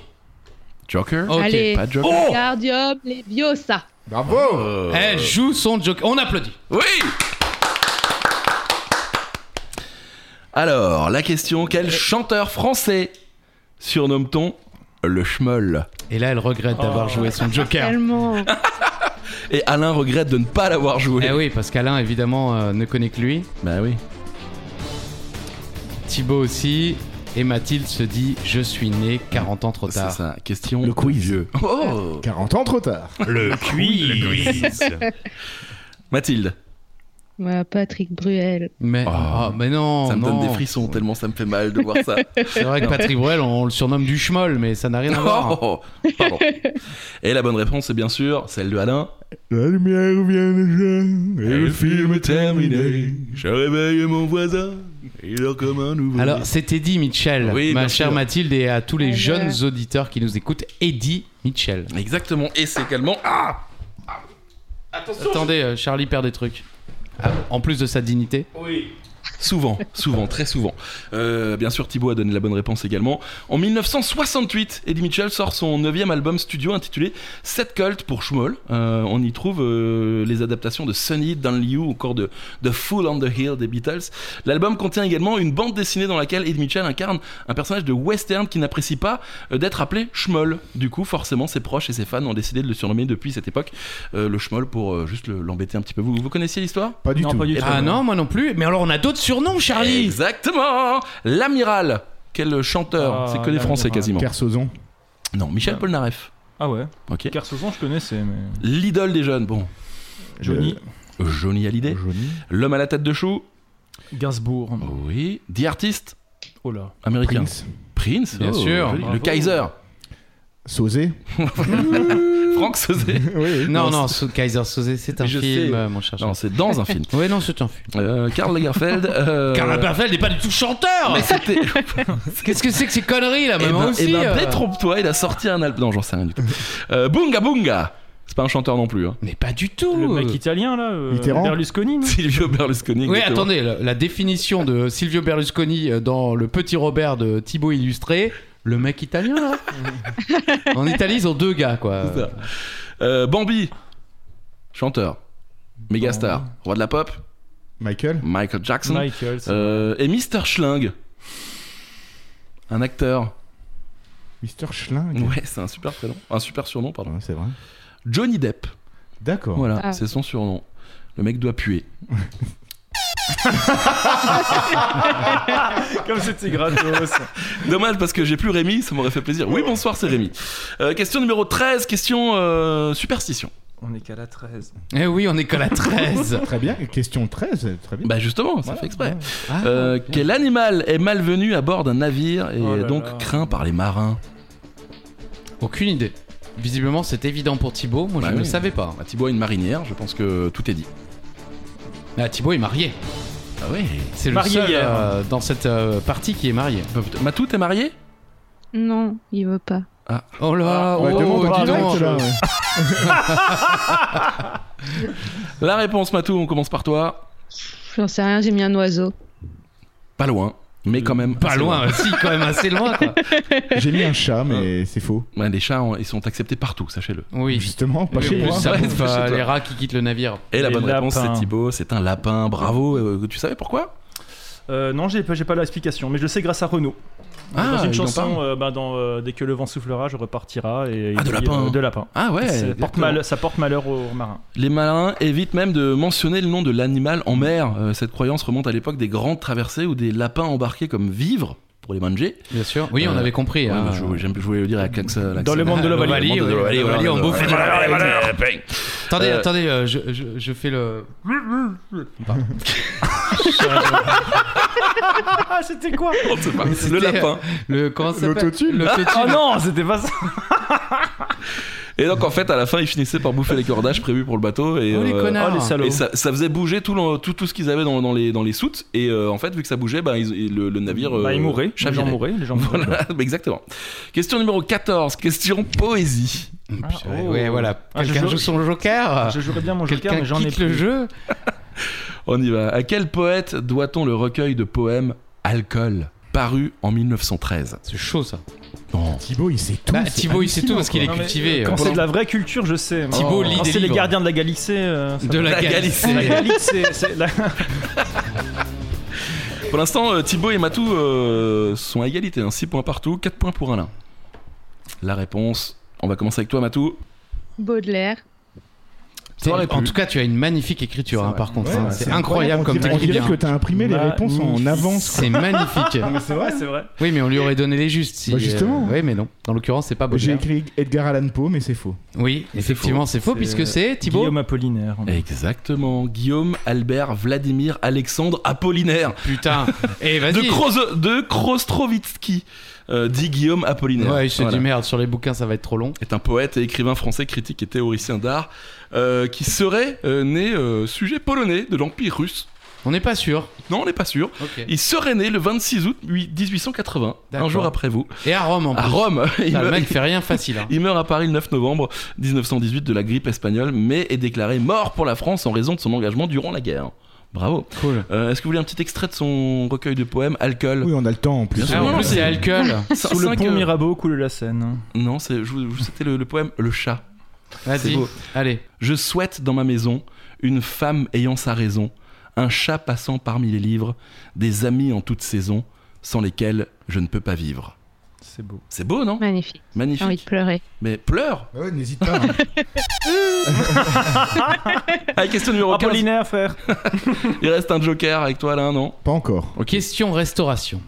Joker Ok. Allez, Pas Joker Oh Guardium Leviosa. Bravo Euh, Elle joue son joker. On applaudit. Oui Alors, la question quel chanteur français surnomme-t-on le schmoll Et là, elle regrette d'avoir Oh. joué son joker. Tellement. Et Alain regrette de ne pas l'avoir joué. Eh oui, parce qu'Alain, évidemment, euh, ne connaît que lui. Bah oui. Thibaut aussi. Et Mathilde se dit Je suis né 40 ans trop C'est tard. ça, question. Le quiz. vieux. Oh 40 ans trop tard. Le quiz. Mathilde, Ouais, Patrick Bruel. Mais, Oh. ah, mais non, ça me non. donne des frissons tellement ça me fait mal de voir ça. C'est vrai que Patrick Bruel, on, le surnomme du schmoll, mais ça n'a rien à voir. Oh, pardon. Et la bonne réponse, c'est bien sûr celle de Alain. La lumière vient de Et le film est terminé. Je réveille mon voisin. Il est comme un nouveau. Alors, c'est Eddie Mitchell, Oui, ma bien chère sûr. Mathilde, et à tous les Ouais. jeunes auditeurs qui nous écoutent, Eddie Mitchell. Exactement. Et c'est également. Ah Attendez, euh, Charlie perd des trucs. Ah, en plus de sa dignité. Souvent, souvent, très souvent. Euh, bien sûr, Thibaut a donné la bonne réponse également. En 1968, Eddie Mitchell sort son neuvième album studio intitulé Set Cult pour Schmoll. Euh, on y trouve euh, les adaptations de Sunny, Down Liu ou encore de The Fool on the Hill des Beatles. L'album contient également une bande dessinée dans laquelle Eddie Mitchell incarne un personnage de western qui n'apprécie pas euh, d'être appelé Schmoll. Du coup, forcément, ses proches et ses fans ont décidé de le surnommer depuis cette époque euh, le Schmoll pour euh, juste le- l'embêter un petit peu. Vous, vous connaissiez l'histoire Pas du non, tout. pas du tout. Eh ben, Ah non, moi non plus. Mais alors, on a d'autres surnoms, Eh, Charlie. Exactement L'amiral Quel chanteur Ah, C'est que des Français l'amiral. quasiment. Kersozon. Non, Michel Polnareff. Ah ouais. Ok. Garçon, je connaissais, mais. L'idole des jeunes, bon. Johnny Johnny Hallyday. Johnny. L'homme à la tête de chou. Gainsbourg. Oh. Oui. The Artist. Oh là. Américain. Prince. Prince, Bien oh, sûr. joli. Le Bravo. Kaiser. Sauzé. Franck Sauzet. oui. Non, Non, non, Sou- Kaiser Soze, c'est un Je film, sais. euh, mon cher Non, Charles. c'est dans un film. Ouais, non, c'est un film. Euh, Karl Lagerfeld. euh, Karl Lagerfeld n'est pas du tout chanteur Mais c'était. Qu'est-ce que c'est que ces conneries là, Eh maman ben, aussi eh ben, euh. détrompe-toi, il a sorti un album. Non, j'en sais rien du tout. Euh, Bunga Bunga. C'est pas un chanteur non plus. Hein. Mais pas du tout Le mec italien là. euh, Mitterrand. Berlusconi. non Silvio Berlusconi. Oui, exactement. attendez, la, la définition de Silvio Berlusconi euh, dans Le Petit Robert de Thibaut Illustré, le mec italien là En Italie, ils ont deux gars quoi. C'est ça. Euh, Bambi, chanteur, mégastar, roi de la pop, Michael. Michael Jackson, Michael. c'est- Euh, et Mr. Schling, un acteur. Mr. Schling. Ouais, c'est un super prénom, un super surnom, pardon. Ouais, c'est vrai. Johnny Depp, D'accord. voilà, Ah. c'est son surnom. Le mec doit puer. Comme c'était gratos. Dommage parce que j'ai plus Rémi, ça m'aurait fait plaisir. Oui, bonsoir, c'est Rémi. Euh, question numéro 13, question euh, superstition. On est qu'à la 13. Eh oui, on est qu'à la 13 Très bien. Question 13. Très bien. Bah justement, ça Voilà, fait exprès. ouais. Ah, Euh, quel animal est malvenu à bord d'un navire et Oh là est donc là. craint par les marins Aucune idée. Visiblement, c'est évident pour Thibaut, moi Bah je ne oui. le savais pas. bah, Thibaut a une marinière, je pense que tout est dit. Ah, Thibaut est marié. Ah oui C'est le Marié seul hier. euh, dans cette euh, partie qui est marié. Bah, putain, Matou, t'es marié Non, il veut pas. Oh Ah, là, bah, Ouais, oh, Bah, demande en dis direct, donc. là, ouais. La réponse, Matou, on commence par toi. J'en sais rien, j'ai mis un oiseau. Pas loin, mais quand même. Pas assez loin, si, quand même assez loin quoi. J'ai mis un chat, mais c'est faux. Ouais, les chats, on- ils sont acceptés partout, sachez-le. Oui. Justement, pas Et chez en plus, moi. ça Ouais, bouffe, c'est chez euh, toi. les rats qui quittent le navire. Et la Les bonne réponse, lapins. c'est Thibaut, c'est un lapin, bravo. Euh, tu savais pourquoi Euh, non, j'ai pas, j'ai pas l'explication, mais je le sais grâce à Renaud. Ah, dans il en une chanson, parle. euh, bah, dans, euh, Dès que le vent soufflera, je repartira. Et, il Ah, de dit, Lapin. euh, de lapin. Ah ouais. ça, porte exactement. mal- ça porte malheur aux marins. Les marins évitent même de mentionner le nom de l'animal en mer. Euh, cette croyance remonte à l'époque des grandes traversées où des lapins embarqués comme vivres pour les manger. Bien sûr. Oui, on Euh, avait compris. Ouais, hein. bah, je, voulais- j'aime- je voulais le dire à Cax. Dans le monde de Ah, l'Ovalie, l'Ovalie. Le monde de oui, l'Ovalie, l'Ovalie, voilà, on le- bouffe. les valeurs, les valeurs. Attendez, Euh, attendez, euh, je, je- je fais le. Ah, c'était quoi On sait pas. Le C'était- lapin. Le comment ça s'appelle L'autotune. Le Oh non, c'était pas ça. Et donc en fait, à la fin, ils finissaient par bouffer les cordages prévus pour le bateau. Et, Oh, les euh, connards. Oh, les salauds. Et ça, ça faisait bouger tout, l'en- tout, tout ce qu'ils avaient dans, dans les, dans les soutes. Et euh, en fait, vu que ça bougeait, bah, ils- et le, le navire. Bah, ils euh, mouraient. Les gens chavirait. mouraient. Les gens mouraient. Voilà, bah, exactement. Question numéro 14. Question poésie. Ah, Ah, ouais, oh. ouais, voilà. Ah, je Quelqu'un joue- joue son joker. Je jouerais bien mon joker, Ah. Quelqu'un mais j'en ai quitte le plus. jeu. On y va. À quel poète doit-on le recueil de poèmes Alcool paru en 1913 C'est chaud ça. Non. Thibaut, il sait tout. Bah, c'est Thibaut, il sait tout hallucinant, parce qu'il est Non, mais, cultivé. Quand euh, c'est de la vraie culture, je sais. moi. Thibaut Quand lit des c'est les livres. gardiens de la Galaxie. euh, ça De la La Galice. La Galaxie, c'est la- Pour l'instant, euh, Thibaut et Matou euh, sont à égalité. 6 points partout, 4 points pour Alain. La réponse, on va commencer avec toi, Matou. Baudelaire. T'es- T'aurais En pu. tout cas, tu as une magnifique écriture, hein, par contre. Ouais, hein. ouais, c'est incroyable On comme dirait- on t'écris dirait bien. que t'as imprimé les réponses en Magnifique. avance. quoi. C'est magnifique. Non, mais c'est vrai. Ouais, c'est vrai. Oui, mais on lui aurait donné les justes. Si, Bah, justement. oui, mais non. Dans l'occurrence, c'est pas J'ai Baudelaire. écrit Edgar Allan Poe, mais c'est faux. Oui, effectivement, c'est faux C'est puisque c'est Thibaut. Guillaume Apollinaire. Exactement. Guillaume, Albert, Vladimir, Alexandre, Apollinaire. Putain. Et De, vas-y. Kroze- de Krostrovitsky, euh, dit Guillaume Apollinaire. Ouais, il se Voilà. dit merde sur les bouquins, ça va être trop long. est un poète et écrivain français, critique et théoricien d'art, euh, qui serait euh, né euh, sujet polonais de l'Empire russe. On n'est pas sûr. Non, on n'est pas sûr. Il serait né le 26 août 1880, un D'accord. jour après vous, Et à Rome en plus. à Rome. Il Putain, le meurt- mec fait rien facile. hein. il meurt à Paris le 9 novembre 1918 de la grippe espagnole, mais est déclaré mort pour la France en raison de son engagement durant la guerre. Bravo. Cool. Euh, Est-ce que vous voulez un petit extrait de son recueil de poèmes, Alcool Oui, on a le temps en Bien plus. Ah, en Non, plus, c'est c'est- alcool. Cin- Sous le cinq, pont euh, Mirabeau coule la Seine. Non, c'est- je vous- je vous- c'était le, le poème Le chat. C'est Vas-y. beau. Allez. Je souhaite dans ma maison une femme ayant sa raison, un chat passant parmi les livres, des amis en toute saison, sans lesquels je ne peux pas vivre. C'est beau. C'est beau, non Magnifique. J'ai envie de Magnifique. pleurer. Mais pleure Bah Ouais, n'hésite pas. hein. Allez, question numéro 15. Apollinaire, frère. Ah, Il reste un joker avec toi, là, non Pas encore. Question restauration.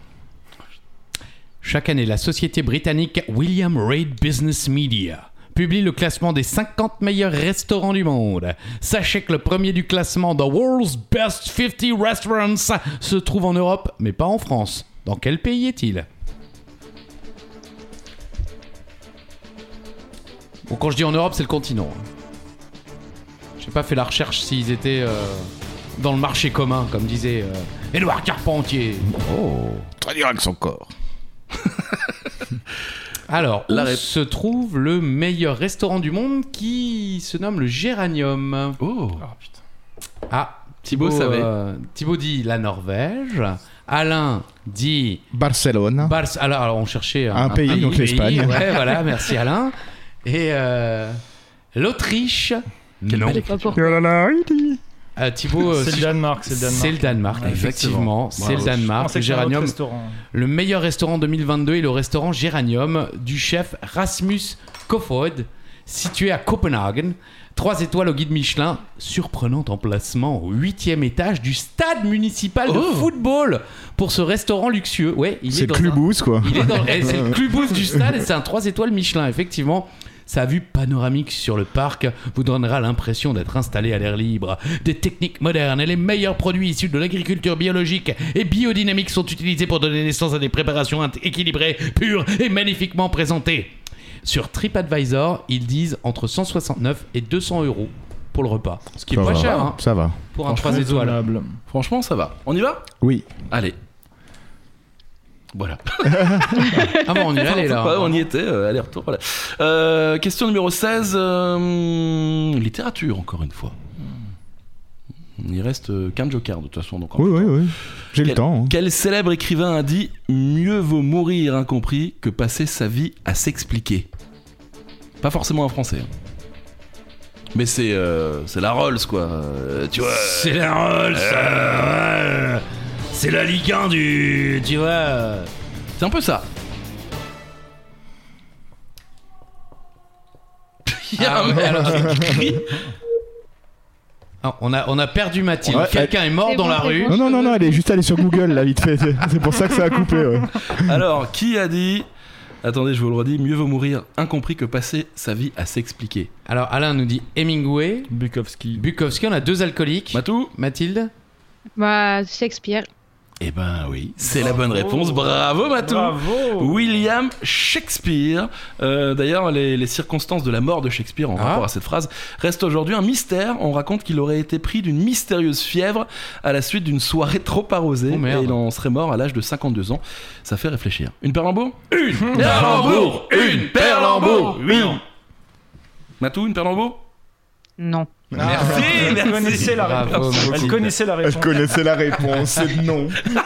Chaque année, la société britannique William Reid Business Media publie le classement des 50 meilleurs restaurants du monde. Sachez que le premier du classement The World's Best 50 Restaurants se trouve en Europe, mais pas en France. Dans quel pays est-il Bon, quand je dis en Europe, c'est le continent. hein. J'ai pas fait la recherche s'ils étaient euh, dans le marché commun, comme disait euh, Édouard Carpentier. Oh, Très dur avec son corps. Alors, La où rép- se trouve le meilleur restaurant du monde qui se nomme le Géranium Oh Oh putain. Ah, Thibaut savait. euh, Thibaut dit la Norvège. Alain dit. Ah. Barcelone. Barce- alors, alors, on cherchait un, Un pays, donc l'Espagne. Ouais, voilà, merci Alain. Et euh, l'Autriche. Quelle Non. Je sais pas pourquoi. Euh, Thibaut, euh, C'est le si- Danemark, c'est le Danemark. c'est le Danemark, Ouais, effectivement. C'est le Bravo. Je Danemark. pensais Le que c'était un autre Géranium, restaurant. Le meilleur restaurant 2022 est le restaurant Géranium du chef Rasmus Kofod, situé à Copenhague. 3 étoiles au guide Michelin. Surprenant emplacement au 8 étage du stade municipal de Oh. football pour ce restaurant luxueux. Ouais, il est, C'est dans Clubus, quoi. un- il est dans- eh, c'est le clubhouse du stade et c'est un 3 étoiles Michelin, effectivement. Sa vue panoramique sur le parc vous donnera l'impression d'être installé à l'air libre. Des techniques modernes et les meilleurs produits issus de l'agriculture biologique et biodynamique sont utilisés pour donner naissance à des préparations int- équilibrées, pures et magnifiquement présentées. Sur TripAdvisor, ils disent entre 169 et 200 euros pour le repas. Ce qui est Ça pas va. cher hein, Ça va. pour un 3 Très étoiles. raisonnable. Franchement, ça va. On y va Oui. Allez. Voilà. Ah bon, on y est allé, là. Ouais, on y était, euh, aller-retour. voilà. Euh, question numéro 16, euh, littérature, encore une fois. Il reste euh, qu'un joker, de toute façon. Donc, en Oui, oui, oui. J'ai le Quel- temps. hein. Quel célèbre écrivain a dit Mieux vaut mourir incompris que passer sa vie à s'expliquer Pas forcément un français. hein. Mais c'est euh, c'est la Rolls, quoi. Euh, tu vois. C'est la Rolls. C'est la Ligue 1 du. Tu vois. euh, C'est un peu ça. Il y a un- Ah, on, a, on a perdu Mathilde. Ouais, Quelqu'un est mort C'est dans bon, la c'est rue. Non, bon. non, non, non, elle est juste allée sur Google là, vite fait. C'est c'est pour ça que ça a coupé. ouais. Alors, qui a dit Attendez, je vous le redis, mieux vaut mourir incompris que passer sa vie à s'expliquer. Alors Alain nous dit Hemingway, Bukowski. Bukowski, on a deux alcooliques. Matou Mathilde Bah, Shakespeare. Eh ben oui, c'est la bonne réponse. Bravo Matou Bravo William Shakespeare. Euh, D'ailleurs, les, les circonstances de la mort de Shakespeare en Ah. rapport à cette phrase restent aujourd'hui un mystère. On raconte qu'il aurait été pris d'une mystérieuse fièvre à la suite d'une soirée trop arrosée Oh, merde. et il en serait mort à l'âge de 52 ans. Ça fait réfléchir. Une perlembourg Une perlembourg Une perlembourg Oui Matou, une perlembourg Non. Merci, merci. Elle connaissait la Bravo, réponse. Elle Mathilde. connaissait la Je réponse. connaissais la réponse, c'est non. Un La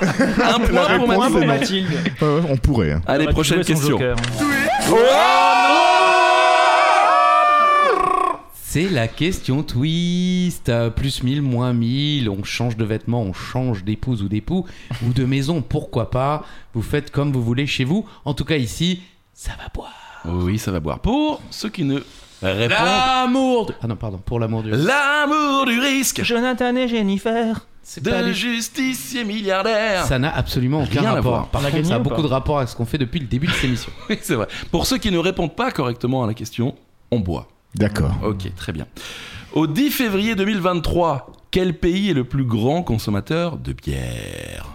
point pour réponse Matou. est non. Mathilde. Ouais, ouais, on pourrait. hein. Allez, Elle a prochaine joué question. son joker. C'est la question twist. Euh, Plus 1000, moins 1000. On change de vêtements, on change d'épouse ou d'époux ou de maison, pourquoi pas. Vous faites comme vous voulez chez vous. En tout cas, ici, ça va boire. Oui, ça va boire. Pour ceux qui ne répondent. L'amour du- Ah non, pardon, pour l'amour du. L'amour du risque Jonathan et Jennifer. C'est pas de du- justicier milliardaire. Ça n'a absolument Ah. aucun Rien à voir. rapport. Par On a contre, gagné ça a ou pas beaucoup de rapport à ce qu'on fait depuis le début de cette émission. Oui, c'est vrai. Pour ceux qui ne répondent pas correctement à la question, on boit. D'accord. Ok, très bien. Au 10 février 2023, quel pays est le plus grand consommateur de bière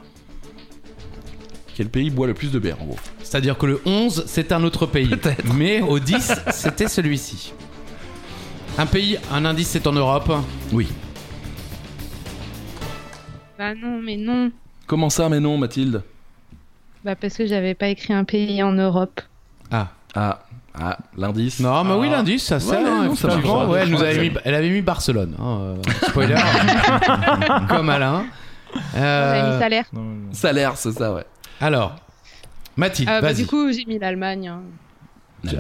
Quel pays boit le plus de bière en gros C'est-à-dire que le 11, c'est un autre pays. Mais au 10, c'était celui-ci. Un pays, un indice, c'est en Europe. Oui. Bah non, mais non. Comment ça, mais non, Mathilde Bah parce que j'avais pas écrit un pays en Europe. Ah. Ah, ah l'indice Non, mais oui, Ah. l'indice, ça sert. non, hein, non, ça marche, effectivement. ça. Ouais, elle, nous Ouais, avait c'est- mis, elle avait mis Barcelone. hein, euh, spoiler. Comme Alain. Euh, J'avais mis salaire. Salaire, c'est ça, ouais. alors, Mathilde, Ah, bah, vas-y. du coup, j'ai mis l'Allemagne. hein.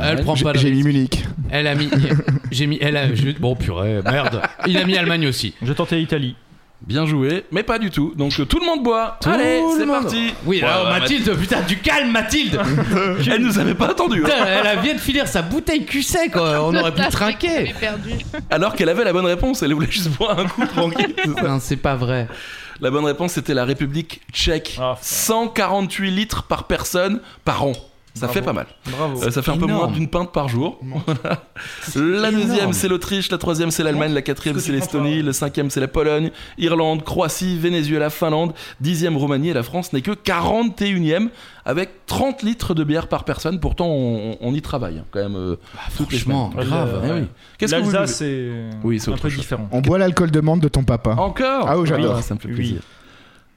elle prend J'ai- pas le J'ai mis risque. Munich. Elle a mis. J'ai mis. Elle a. je- Bon, purée, merde. Il a mis Allemagne aussi. Je tentais Italie. Bien joué, mais pas du tout. Donc euh, tout le monde boit. Allez, Tout le c'est monde. parti. Oui, Ouais, alors, ouais, Mathilde, putain, du calme, Mathilde Mathilde, Elle nous avait pas attendu. hein. Putain, elle vient de finir sa bouteille cul sec, quoi. on aurait pu trinquer. J'avais perdu. Alors qu'elle avait la bonne réponse, elle voulait juste boire un coup tranquille. Non, c'est pas vrai. La bonne réponse c'était la République tchèque. Ah, frère. 148 litres par personne par an. Ça Bravo. fait pas mal. Bravo. Euh, ça fait un peu énorme. moins d'une pinte par jour. Voilà. la deuxième, énorme. c'est l'Autriche. La troisième, c'est l'Allemagne. La quatrième, c'est l'Estonie. Le cinquième, c'est la Pologne. Irlande, Croatie, Venezuela, Finlande. Dixième, Roumanie. Et la France n'est que 41e avec 30 litres de bière par personne. Pourtant, on, on y travaille hein, quand même. euh, toutes les Franchement, semaines. grave. Eh oui. Qu'est-ce que vous L'Alsace, buvez c'est Oui, c'est un autre peu chose. différent. On boit l'alcool de menthe de ton papa. Oh, Encore Ah oui, j'adore. ça me fait Oui. plaisir.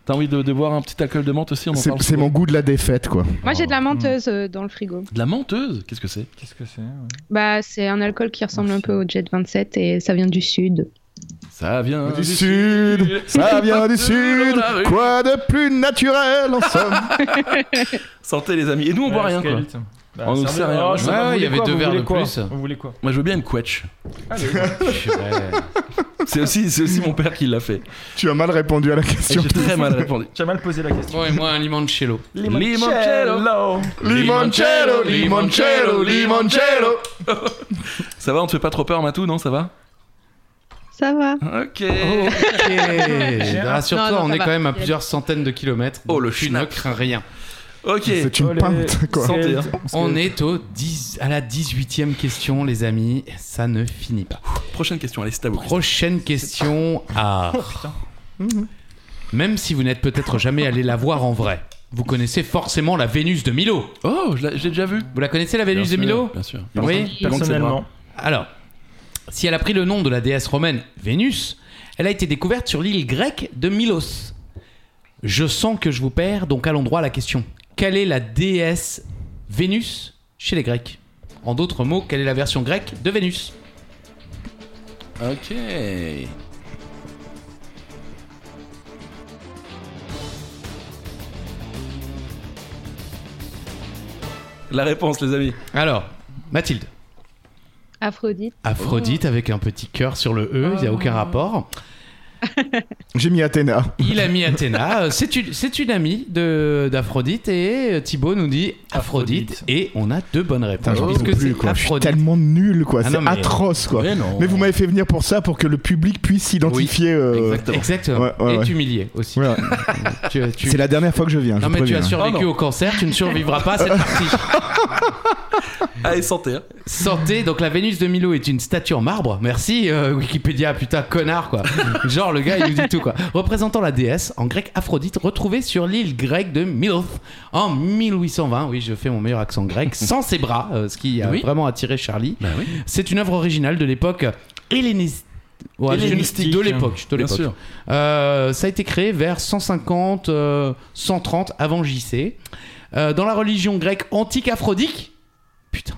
T'as envie de, de boire un petit alcool de menthe aussi on en C'est parle c'est souvent. mon goût de la défaite, quoi. Moi, j'ai de la menteuse euh, dans le frigo. De la menteuse Qu'est-ce que c'est Qu'est-ce que c'est ouais. Bah, c'est un alcool qui ressemble un peu au Jet 27 et ça vient du sud. Ça vient Euh, Du sud, ça vient du sud. Quoi de plus naturel en somme Santé les amis. Et nous on boit Ouais, rien parce quoi. qu'elle- Bah, On nous servez- sert rien. Oh, ça va, Ouais, il vous y voulez avait quoi, deux vous verres voulez de quoi plus. Vous voulez quoi Moi je veux bien une quetch. Allez. C'est aussi, c'est aussi mon père qui l'a fait. Tu as mal répondu à la Et question. J'ai très mal répondu. J'ai mal posé la question. Bon, et moi, un limoncello. Limoncello. Limoncello, limoncello, limoncello. Ça va, on te fait pas trop peur Matou, non ça va Ça va. Ok. Oh. Ok. Non, Rassure-toi, non, on ça est va. quand même à plusieurs centaines de kilomètres. Oh, le Tu schnapp. ne crains rien. Ok. C'est une Olé. pinte, quoi. Santé, hein. Parce que- On est au 10 à la 18e question, les amis. Ça ne finit pas. Prochaine question, allez c'est à vous. Prochaine question à. Mhm. Même si vous n'êtes peut-être jamais allé la voir en vrai, vous connaissez forcément la Vénus de Milo. Oh, je l'ai- j'ai déjà vu. Vous la connaissez la Vénus de Milo Bien sûr. Oui. Personnellement, Alors, si elle a pris le nom de la déesse romaine Vénus, elle a été découverte sur l'île grecque de Milos. Je sens que je vous perds, donc allons droit à la question. Quelle est la déesse Vénus chez les Grecs En d'autres mots, quelle est la version grecque de Vénus Ok. La réponse, les amis. Alors, Mathilde. Aphrodite. Oh. Aphrodite avec un petit cœur sur le E, il n'y a aucun rapport. J'ai mis Athéna. Il a mis Athéna. Euh, C'est une, c'est une amie de- d'Aphrodite et euh, Thibaut nous dit Aphrodite, Aphrodite. et on a deux bonnes réponses. Putain, j'en peux puisque plus, Oh, c'est quoi. Je suis Aphrodite. tellement nul, quoi. Ah c'est non, mais- atroce, quoi. Mais Eh non. Mais vous m'avez fait venir pour ça, pour que le public puisse s'identifier. euh, Exactement. Exactement. Ouais, ouais, et ouais. t'humilier aussi. voilà. Tu- tu- C'est la dernière fois que je viens. je Non vous mais tu préviens. as survécu Oh non. au cancer, tu ne survivras pas à cette partie. Allez, santé. hein. Santé, donc la Vénus de Milo est une statue en marbre. Merci euh, Wikipédia, putain, connard quoi. Genre le gars il nous dit tout quoi. Représentant la déesse en grec Aphrodite retrouvée sur l'île grecque de Milos en 1820. Oui, je fais mon meilleur accent grec sans ses bras, euh, ce qui a Oui. vraiment attiré Charlie. Bah oui. C'est une œuvre originale de l'époque euh, hellénistique. Hellénistique. hein. de l'époque, de Bien l'époque. sûr. Euh, ça a été créé vers 150, euh, 130 avant JC. Euh, dans la religion grecque antique Aphrodite, putain,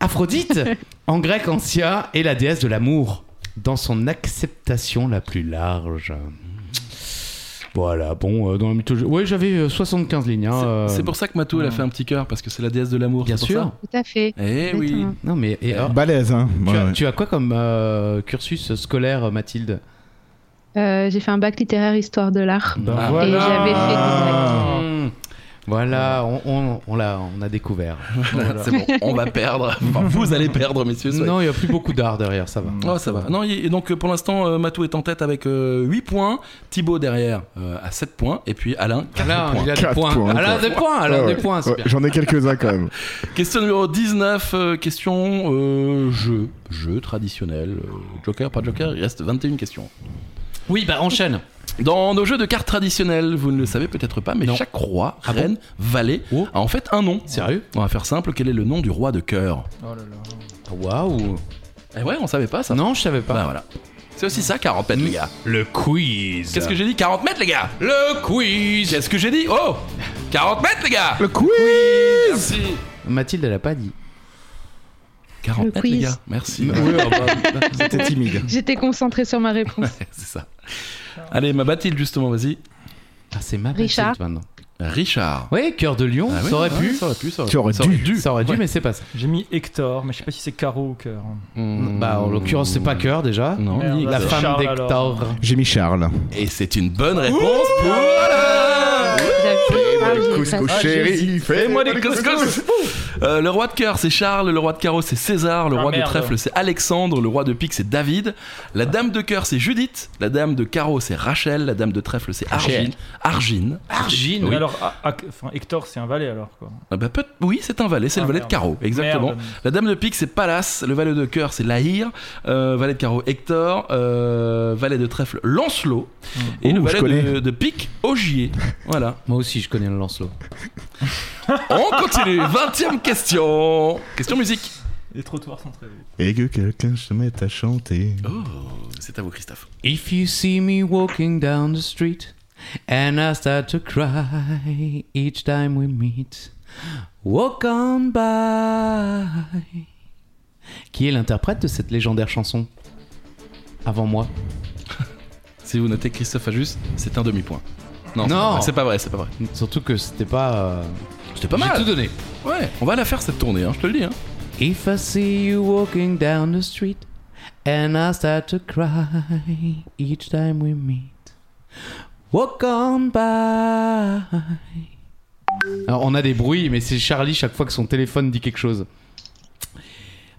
Aphrodite, en grec ancien, est la déesse de l'amour, dans son acceptation la plus large. Voilà, bon, euh, dans la mythologie. Ouais, j'avais euh, 75 lignes. hein, C'est- euh, C'est pour ça que Matou, elle a fait un petit cœur, parce que c'est la déesse de l'amour. Bien c'est pour sûr. ça. Tout à fait. Eh oui. Exactement. Non, mais. et, alors, Balèze, hein. tu, Ouais, as, ouais. tu as quoi comme euh, cursus scolaire, Mathilde Euh, j'ai fait un bac littéraire histoire de l'art. Ben Ah. Et j'avais fait Ah. Mmh. Voilà, on, on, on l'a, on a découvert. Voilà, C'est bon, on va perdre. Enfin, vous allez perdre, messieurs. soyez- Non, il n'y a plus beaucoup d'art derrière, ça Hmm. va. Oh, ça va. Non, il- et donc euh, pour l'instant, euh, Matou est en tête avec euh, 8 points, Thibaut derrière euh, à 7 points, et puis Alain, 4 Alain, points. il a des Quatre points. points, Alain, quoi. des points. Alain, Ouais, des ouais. points, Ah, c'est Ouais, bien. J'en ai quelques-uns quand même. Question numéro 19, euh, question euh, jeu. Jeu traditionnel. euh, joker, pas joker, il reste 21 questions. Oui, bah enchaîne. Dans nos jeux de cartes traditionnels, vous ne le savez peut-être pas, mais Non. chaque roi, Ah bon reine, valet Oh. a en fait un nom. Sérieux On va faire simple, quel est le nom du roi de cœur Oh Waouh. Eh ouais, on savait pas ça. Non, je savais Bah pas. voilà. C'est aussi ça, 40 mètres, les gars. Le quiz. Qu'est-ce que j'ai dit 40 mètres, les gars Le quiz. Qu'est-ce que j'ai dit Oh 40 mètres, les gars Le quiz Merci Mathilde, elle a pas dit. 40 Le mètres, quiz. les gars. Merci. C'était timide. J'étais concentrée sur ma réponse. C'est ça. Allez, ma Bathilde, justement, vas-y. Ah, c'est ma Richard. Mathilde, maintenant. Richard. Oui, cœur de lion. Ah oui, ça aurait ouais, pu. Ça aurait pu, ça aurait Tu aurais ça aurait dû. Ça aurait dû, mais c'est pas ça. J'ai mis Hector, mais je sais pas si c'est carreau ou cœur. hein. Hmm. Bah, en l'occurrence, c'est pas cœur déjà. Non. Merde, La c'est femme Charles, d'Hector. alors. J'ai mis Charles. Et c'est une bonne réponse pour Alain J'avais- Ah, j'ai presque- chéri, fais-moi des couscous Euh, Le roi de cœur, c'est Charles. Le roi de carreau, c'est César. Le Ah, roi de merde. trèfle, c'est Alexandre. Le roi de pique, c'est David. La dame de cœur, c'est Judith. La dame de carreau, c'est Rachel. La dame de trèfle, c'est Argine. Rachel. Argine. Argine. Mais Alors, ah, ah, enfin, Hector, c'est un valet alors quoi. Ah bah, peut- oui, c'est un valet, c'est Ah, le valet merde. de carreau, exactement. Merde. La dame de pique, c'est Pallas. Le valet de cœur, c'est Lahir. Euh, valet de carreau, Hector. Euh, valet de trèfle, Lancelot. Et le Ouh, je valet connais. de, de pique, Ogier. Voilà. Moi aussi, je connais le Lancelot. On continue. 20 e question. Question musique. Les trottoirs sont très hauts. Et que quelqu'un se mette à chanter. Oh, c'est à vous, Christophe. If you see me walking down the street and I start to cry each time we meet, walk on by. Qui est l'interprète de cette légendaire chanson Avant moi. Si vous notez Christophe à juste, c'est un demi-point. Non, c'est pas Non. vrai, c'est pas vrai, c'est pas vrai. Surtout que c'était pas. euh, C'était pas J'ai mal. tout donné. Ouais, on va la faire cette tournée, hein, je te le dis. Hein. If I see you walking down the street and I start to cry each time we meet, walk on by. Alors, on a des bruits, mais c'est Charlie chaque fois que son téléphone dit quelque chose.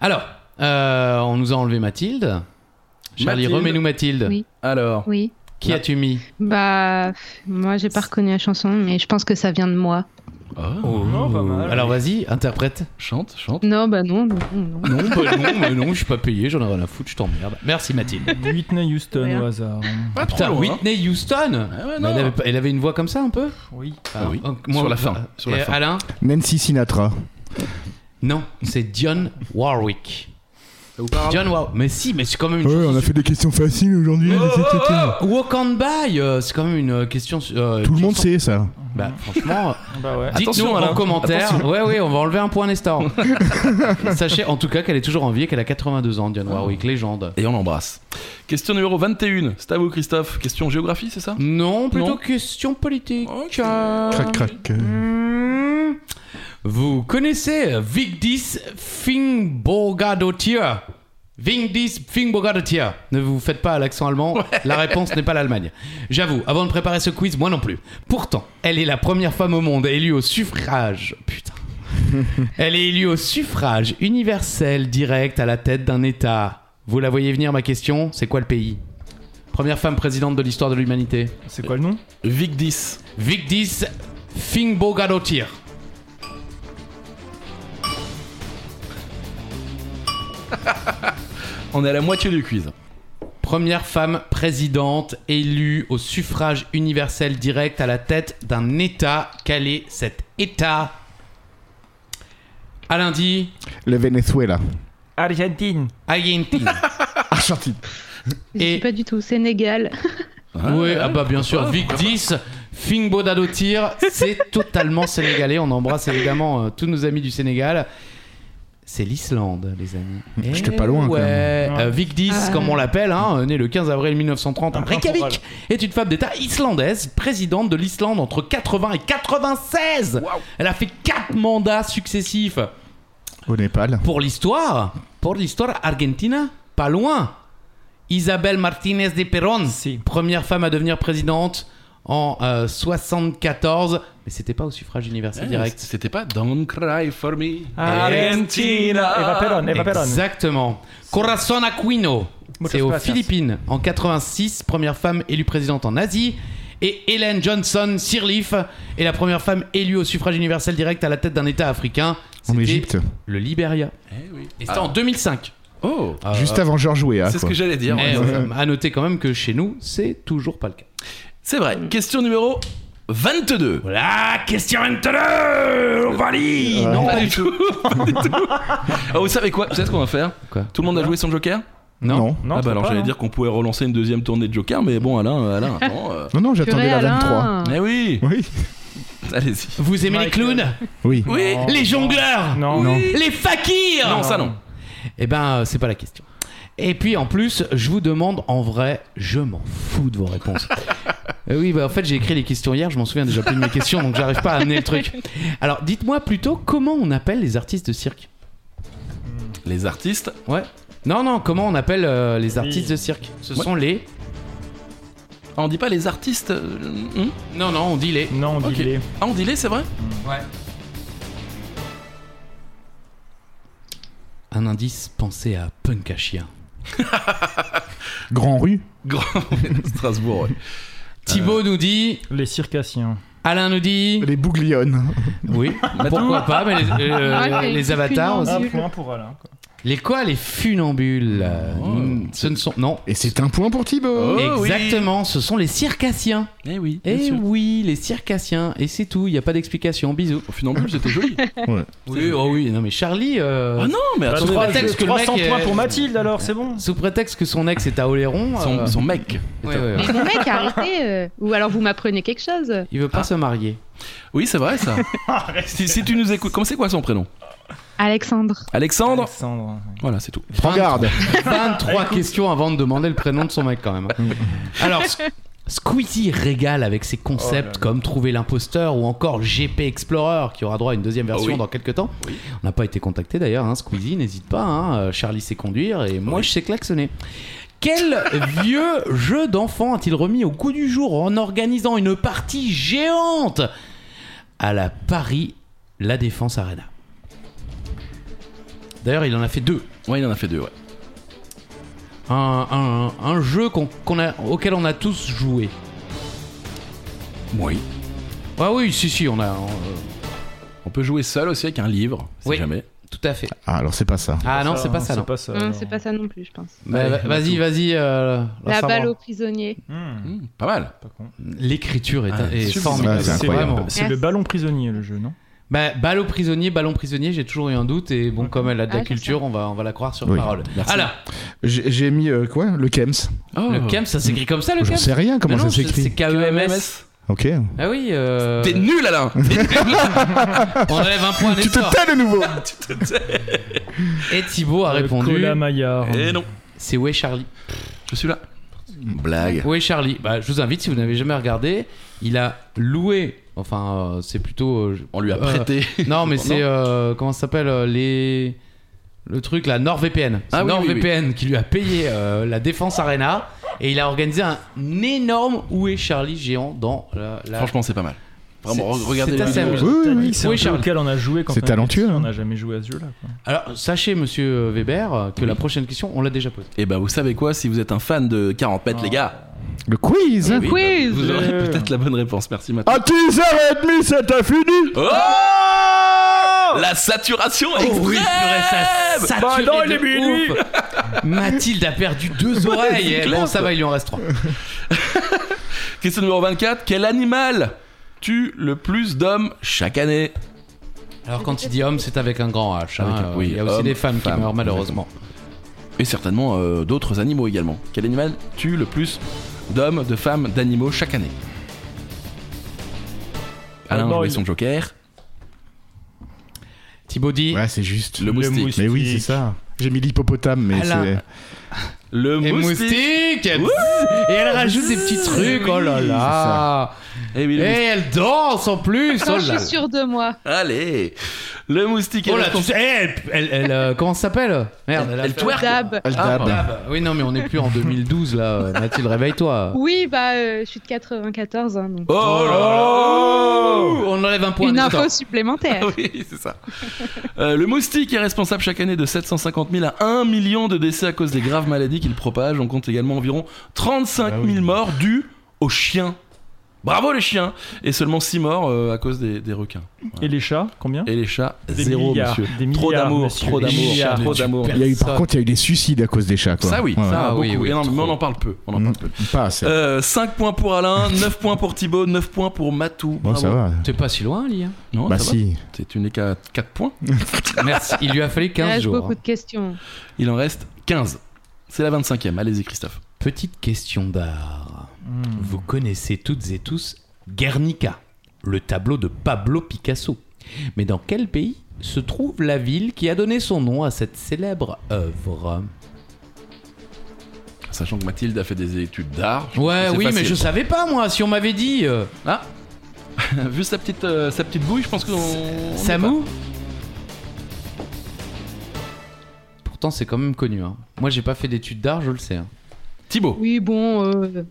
Alors, euh, on nous a enlevé Mathilde. Charlie, Mathilde. remets-nous Mathilde. Oui. Alors, Oui. Qui as-tu mis Bah, moi, j'ai pas reconnu la chanson, mais je pense que ça vient de moi. oh, Non, pas mal. Alors, vas-y, interprète. chante, chante. Non, bah non, non, non. Non, bah non, mais non, je suis pas payé, j'en ai rien à foutre, je t'emmerde. Merci Mathilde. Whitney Houston Rien. au hasard. Pas trop Putain, loin, hein. Whitney Houston Ah ouais, Mais non. elle, avait, pas- elle avait une voix comme ça un peu Oui. Ah oui, donc, sur la fin, sur la euh, Et fin. Alain Nancy Sinatra. Non, c'est Dionne Warwick. Ça vous parle Dionne Warwick. Mais si, mais c'est quand même une. Ouais, on a fait des questions faciles aujourd'hui. Oh, oh, oh Walk on by, euh, c'est quand même une euh, question. euh, Tout le une monde chanson. sait ça. Bah, franchement, Bah ouais. dites-nous Attention, en Alain. commentaire. Ouais, ouais, on va enlever un point Nestor. Sachez en tout cas qu'elle est toujours en vie et qu'elle a 82 ans, Ah. Dionne Warwick, légende. Et on l'embrasse. Question numéro 21. C'est à vous, Christophe. Question géographie, c'est ça Non, plutôt Non. question politique. Ok. Crac, crac. euh. Mmh. Vous connaissez Vigdis Finnbogadottir Wing dies Fingbogartia. Ne vous faites pas à l'accent allemand, la réponse n'est pas l'Allemagne. J'avoue, avant de préparer ce quiz, moi non plus. Pourtant, elle est la première femme au monde élue au suffrage. Putain. elle est élue au suffrage universel direct à la tête d'un État. Vous la voyez venir, ma question C'est quoi le pays Première femme présidente de l'histoire de l'humanité. C'est quoi le nom Vic 10. Vigdis Finnbogadottir. On est à la moitié du quiz. Première femme présidente élue au suffrage universel direct à la tête d'un État. Quel est cet État À lundi, Le Venezuela. Argentine. Argentine. Argentine. Je Et- sais pas du tout. Sénégal. oui, ah bah bien sûr, Vic 10, Fingbodalotir, c'est totalement sénégalais. On embrasse évidemment euh, tous nos amis du Sénégal. C'est l'Islande, les amis. Eh J'étais pas loin, quand Ouais. même. Euh, Vic 10, Ah. comme on l'appelle, hein, né le 15 avril 1930 à Un temporal. Reykjavik, est une femme d'État islandaise, présidente de l'Islande entre 80 et 96. Elle a fait 4 mandats successifs. Au Népal. Pour l'histoire, pour l'histoire Argentina, pas loin. Isabel Martinez de Perón, première femme à devenir présidente en euh, 74, mais c'était pas au suffrage universel Eh, direct. C'était pas Don't cry for me. Ah. Argentina. Eva Perón, Eva Perón. Exactement. Corazon Aquino, Muchas c'est aux gracias. Philippines en 86, première femme élue présidente en Asie. Et Helen Johnson Sirleaf est la première femme élue au suffrage universel direct à la tête d'un État africain. En C'était Égypte. Ah. Le Liberia. Et c'était en Eh 2005. Oh, Juste avant Georges Weah. c'est ce Ah, quoi. que j'allais dire. Mais Eh, ouais. euh, à noter quand même que chez nous, c'est toujours pas le cas. C'est vrai. Question numéro 22. Voilà, question 22 On valide Ah, Non, Non, pas du tout. Pas du tout. Euh, Ah, vous savez quoi Vous savez ce qu'on va faire Quoi Tout le monde a joué son Joker Non. Non. Non, Ah c'est bah alors pas, hein. j'allais non. dire qu'on pouvait relancer une deuxième tournée de Joker, mais bon Alain, euh, Alain, attends. euh. Non, non, j'attendais Purée, la Alain. 23. Eh oui Oui. Allez-y. Vous aimez les Michael. clowns euh, Oui. Oui Non. Les jongleurs Non. Non. Les fakirs Ah, Non, ça non. Eh ben, euh, c'est pas la question. Et puis en plus, je vous demande en vrai, je m'en fous de vos réponses. Euh, oui, bah en fait, j'ai écrit les questions hier, je m'en souviens déjà plus de mes questions, donc j'arrive pas à amener le truc. Alors, dites-moi plutôt comment on appelle les artistes de cirque Les artistes, Ouais. Non, non, comment on appelle euh, les artistes de cirque Ce Ouais. sont les. Ah, on dit pas les artistes euh, hmm Non, non, on dit les. Non, on dit Ok. les. Ah, on dit les, c'est vrai Un indice, pensez à punk à chien. Grand rue. Grand Strasbourg, ouais. Euh. Thibaut nous dit, Les circassiens. Alain nous dit. Les Bougliones. Oui, pourquoi pas, mais les, euh, Ah, les les avatars aussi. Un Nul. point pour Alain. quoi. Les quoi Les funambules euh, Oh. n- Ce ne sont. Non. Et c'est un point pour Thibaut. Oh, oui. Exactement, ce sont les circassiens. Eh oui, bien Eh sûr. oui, les circassiens. Et c'est tout, il n'y a pas d'explication. Bisous. Au funambule, c'était joli. Oui, oh oui, non mais Charlie. euh, Ah non, mais Bah, attendez, trois- là, je- prétexte que le mec 300 est- points pour Mathilde alors, c'est bon. Sous prétexte que son ex est à Oléron. son, euh, son mec. ouais, ouais, ouais. Mais mon mec, arrêtez. euh. Ou alors vous m'apprenez quelque chose. Il veut pas Ah. se marier. Oui, c'est vrai ça. si, si tu nous écoutes, comment c'est quoi son prénom Alexandre. Alexandre Alexandre. Voilà, c'est tout. Prends garde. 23 questions avant de demander le prénom de son mec quand même. Alors, Squ- Squeezie régale avec ses Oh concepts comme Trouver l'imposteur ou encore GP Explorer qui aura droit à une deuxième version Oh oui. dans quelques temps. Oui. On n'a pas été contacté d'ailleurs, hein. Squeezie, n'hésite pas, hein. Euh, Charlie sait conduire et moi je sais klaxonner. Quel vieux jeu d'enfant a-t-il remis au goût du jour en organisant une partie géante à la Paris La Défense Arena D'ailleurs, il en a fait deux Ouais, il en a fait deux, ouais. un, un- un jeu qu'on- qu'on a- auquel on a tous joué. Oui. Ah oui, si, si, on a. on- euh, On peut jouer seul aussi avec un livre, si Oui. jamais. tout à fait. Ah, alors c'est pas ça. Ah non, c'est pas ça, C'est non. pas ça. Non, non. c'est pas ça non plus, je pense. Bah, Allez, va- on a vas-y, tout. vas-y. euh, La Sarah. balle aux prisonniers. Hmm, Hmm, pas mal. pas con. L'écriture est, Ah, est sublime. formidable. Ouais, c'est c'est incroyable. vraiment. C'est le ballon prisonnier le jeu, non Bah, balle au prisonnier, ballon prisonnier, j'ai toujours eu un doute. Et bon, comme elle a de la Ah, c'est culture, on va, on va la croire sur Oui. parole. Merci. Alors, J'ai j'ai mis euh, quoi Le KEMS. Oh. le E KEMS, ça s'écrit comme ça, le J'en KEMS Oh, sais rien comment Mais non, ça c'est- C'est s'écrit. E K-E-M-S. Ok. Ah oui, euh, T'es nul, Alain T'es nul. on enlève un point à Tu te Nestor. tais de nouveau. Et Thibaut a Euh, répondu Cola Maillard. Eh non, c'est Ouais Charlie. je suis là. Blague. Oui, Charlie. Bah, je vous invite, si vous n'avez jamais regardé, il a loué. Enfin, euh, c'est plutôt. euh, je- On lui a euh, prêté. non, mais Non c'est. euh, comment ça s'appelle euh, Les. le truc là, NordVPN. C'est Ah oui, oui, NordVPN qui lui a payé euh, la Défense Arena et il a organisé un énorme Où est Charlie géant dans la. la- Franchement, c'est pas mal. Vraiment, C'est- regardez c'est la assez vidéo. amusant. Oui, oui, oui. C'est Oui, un jeu Charles. auquel on a joué quand C'est on a- talentueux, hein. On n'a jamais joué à ce jeu-là. quoi. Alors sachez, monsieur euh, Weber, euh, que la prochaine question, on l'a déjà posée. Et bah, vous savez quoi, si vous êtes un fan de 40 mètres, les gars, Le quiz Le oui, bah, quiz vous aurez peut-être la bonne réponse. Merci, Mathieu. À 10h30, c'est infini Oh La saturation extrême ça saturé Bah non, il de est minuit. ouf. Mathilde a perdu deux oreilles. C'est eh. clair, Bon, ça ça. va, il lui en reste trois. Question numéro 24. Quel animal tue le plus d'hommes chaque année Alors quand il dit homme, c'est avec un grand H. hein. Avec un- Euh, oui, il y a aussi homme, des femmes femme, qui meurent malheureusement. Et certainement euh, d'autres animaux également. Quel animal tue le plus d'hommes, de femmes, d'animaux chaque année Alain Ah, a non, joué il- son joker. Thibaut dit Ouais, c'est juste. Le moustique. Mais oui, c'est ça. J'ai mis l'hippopotame, mais Alain. c'est. Le et moustique. elle- Et elle rajoute des petits trucs. Oh là là. Eh oui, Et le moustique. elle danse en plus. Quand oh je là suis sûre de moi. Allez Le moustique est Oh là, responsable- tu sais, elle, elle, elle, euh, comment ça s'appelle Merde, elle, a Elle fait- twerk. Dab. Elle Ah, dab. dab. Oui, non, mais on n'est plus en 2012 là. euh, Mathilde, réveille-toi. Oui, bah, euh, je suis de 94, hein, donc. Oh là là On enlève un point. Une à Nathan. info supplémentaire. Ah Oui, c'est ça. Euh, le moustique est responsable chaque année de 750 000 à 1 million de décès à cause des graves maladies qu'il propage. On compte également environ Ah 35 000 morts dus aux chiens. Bravo les chiens Et seulement 6 morts euh, à cause des, des requins. Et les chats, combien Et les chats, Des zéro milliards, monsieur. des trop milliards, d'amour, monsieur, trop des d'amour, milliards. trop d'amour. Il y a eu, par contre, il y a eu des suicides à cause des chats, quoi. Ça oui, Ouais, ouais. ça Ah, oui, beaucoup. oui, Et non, mais trop. on en parle peu. On en Mm, parle peu. Pas assez. Euh, 5 points pour Alain, 9 points pour Thibaut, 9 points pour Matou. bon, Bravo. ça va. T'es pas si loin, Ali. hein. Non, bah, ah ça va. si. T'es- Tu n'es qu'à 4 points. Merci. Il lui a fallu Il 15 reste jours. beaucoup hein. de questions. Il en reste 15. C'est la 25e. Allez-y, Christophe. Petite question d'art. Hmm. Vous connaissez toutes et tous Guernica, le tableau de Pablo Picasso. Mais dans quel pays se trouve la ville qui a donné son nom à cette célèbre œuvre Sachant que Mathilde a fait des études d'art. je Ouais, pense que c'est oui, mais je facile. savais pas moi. Si on m'avait dit. euh, Ah Vu sa petite, euh, sa petite bouille, je pense qu'on. on est pas. Samu Pourtant, c'est quand même connu. hein. Moi, j'ai pas fait d'études d'art, je le sais. hein. Thibaut Oui, bon, euh,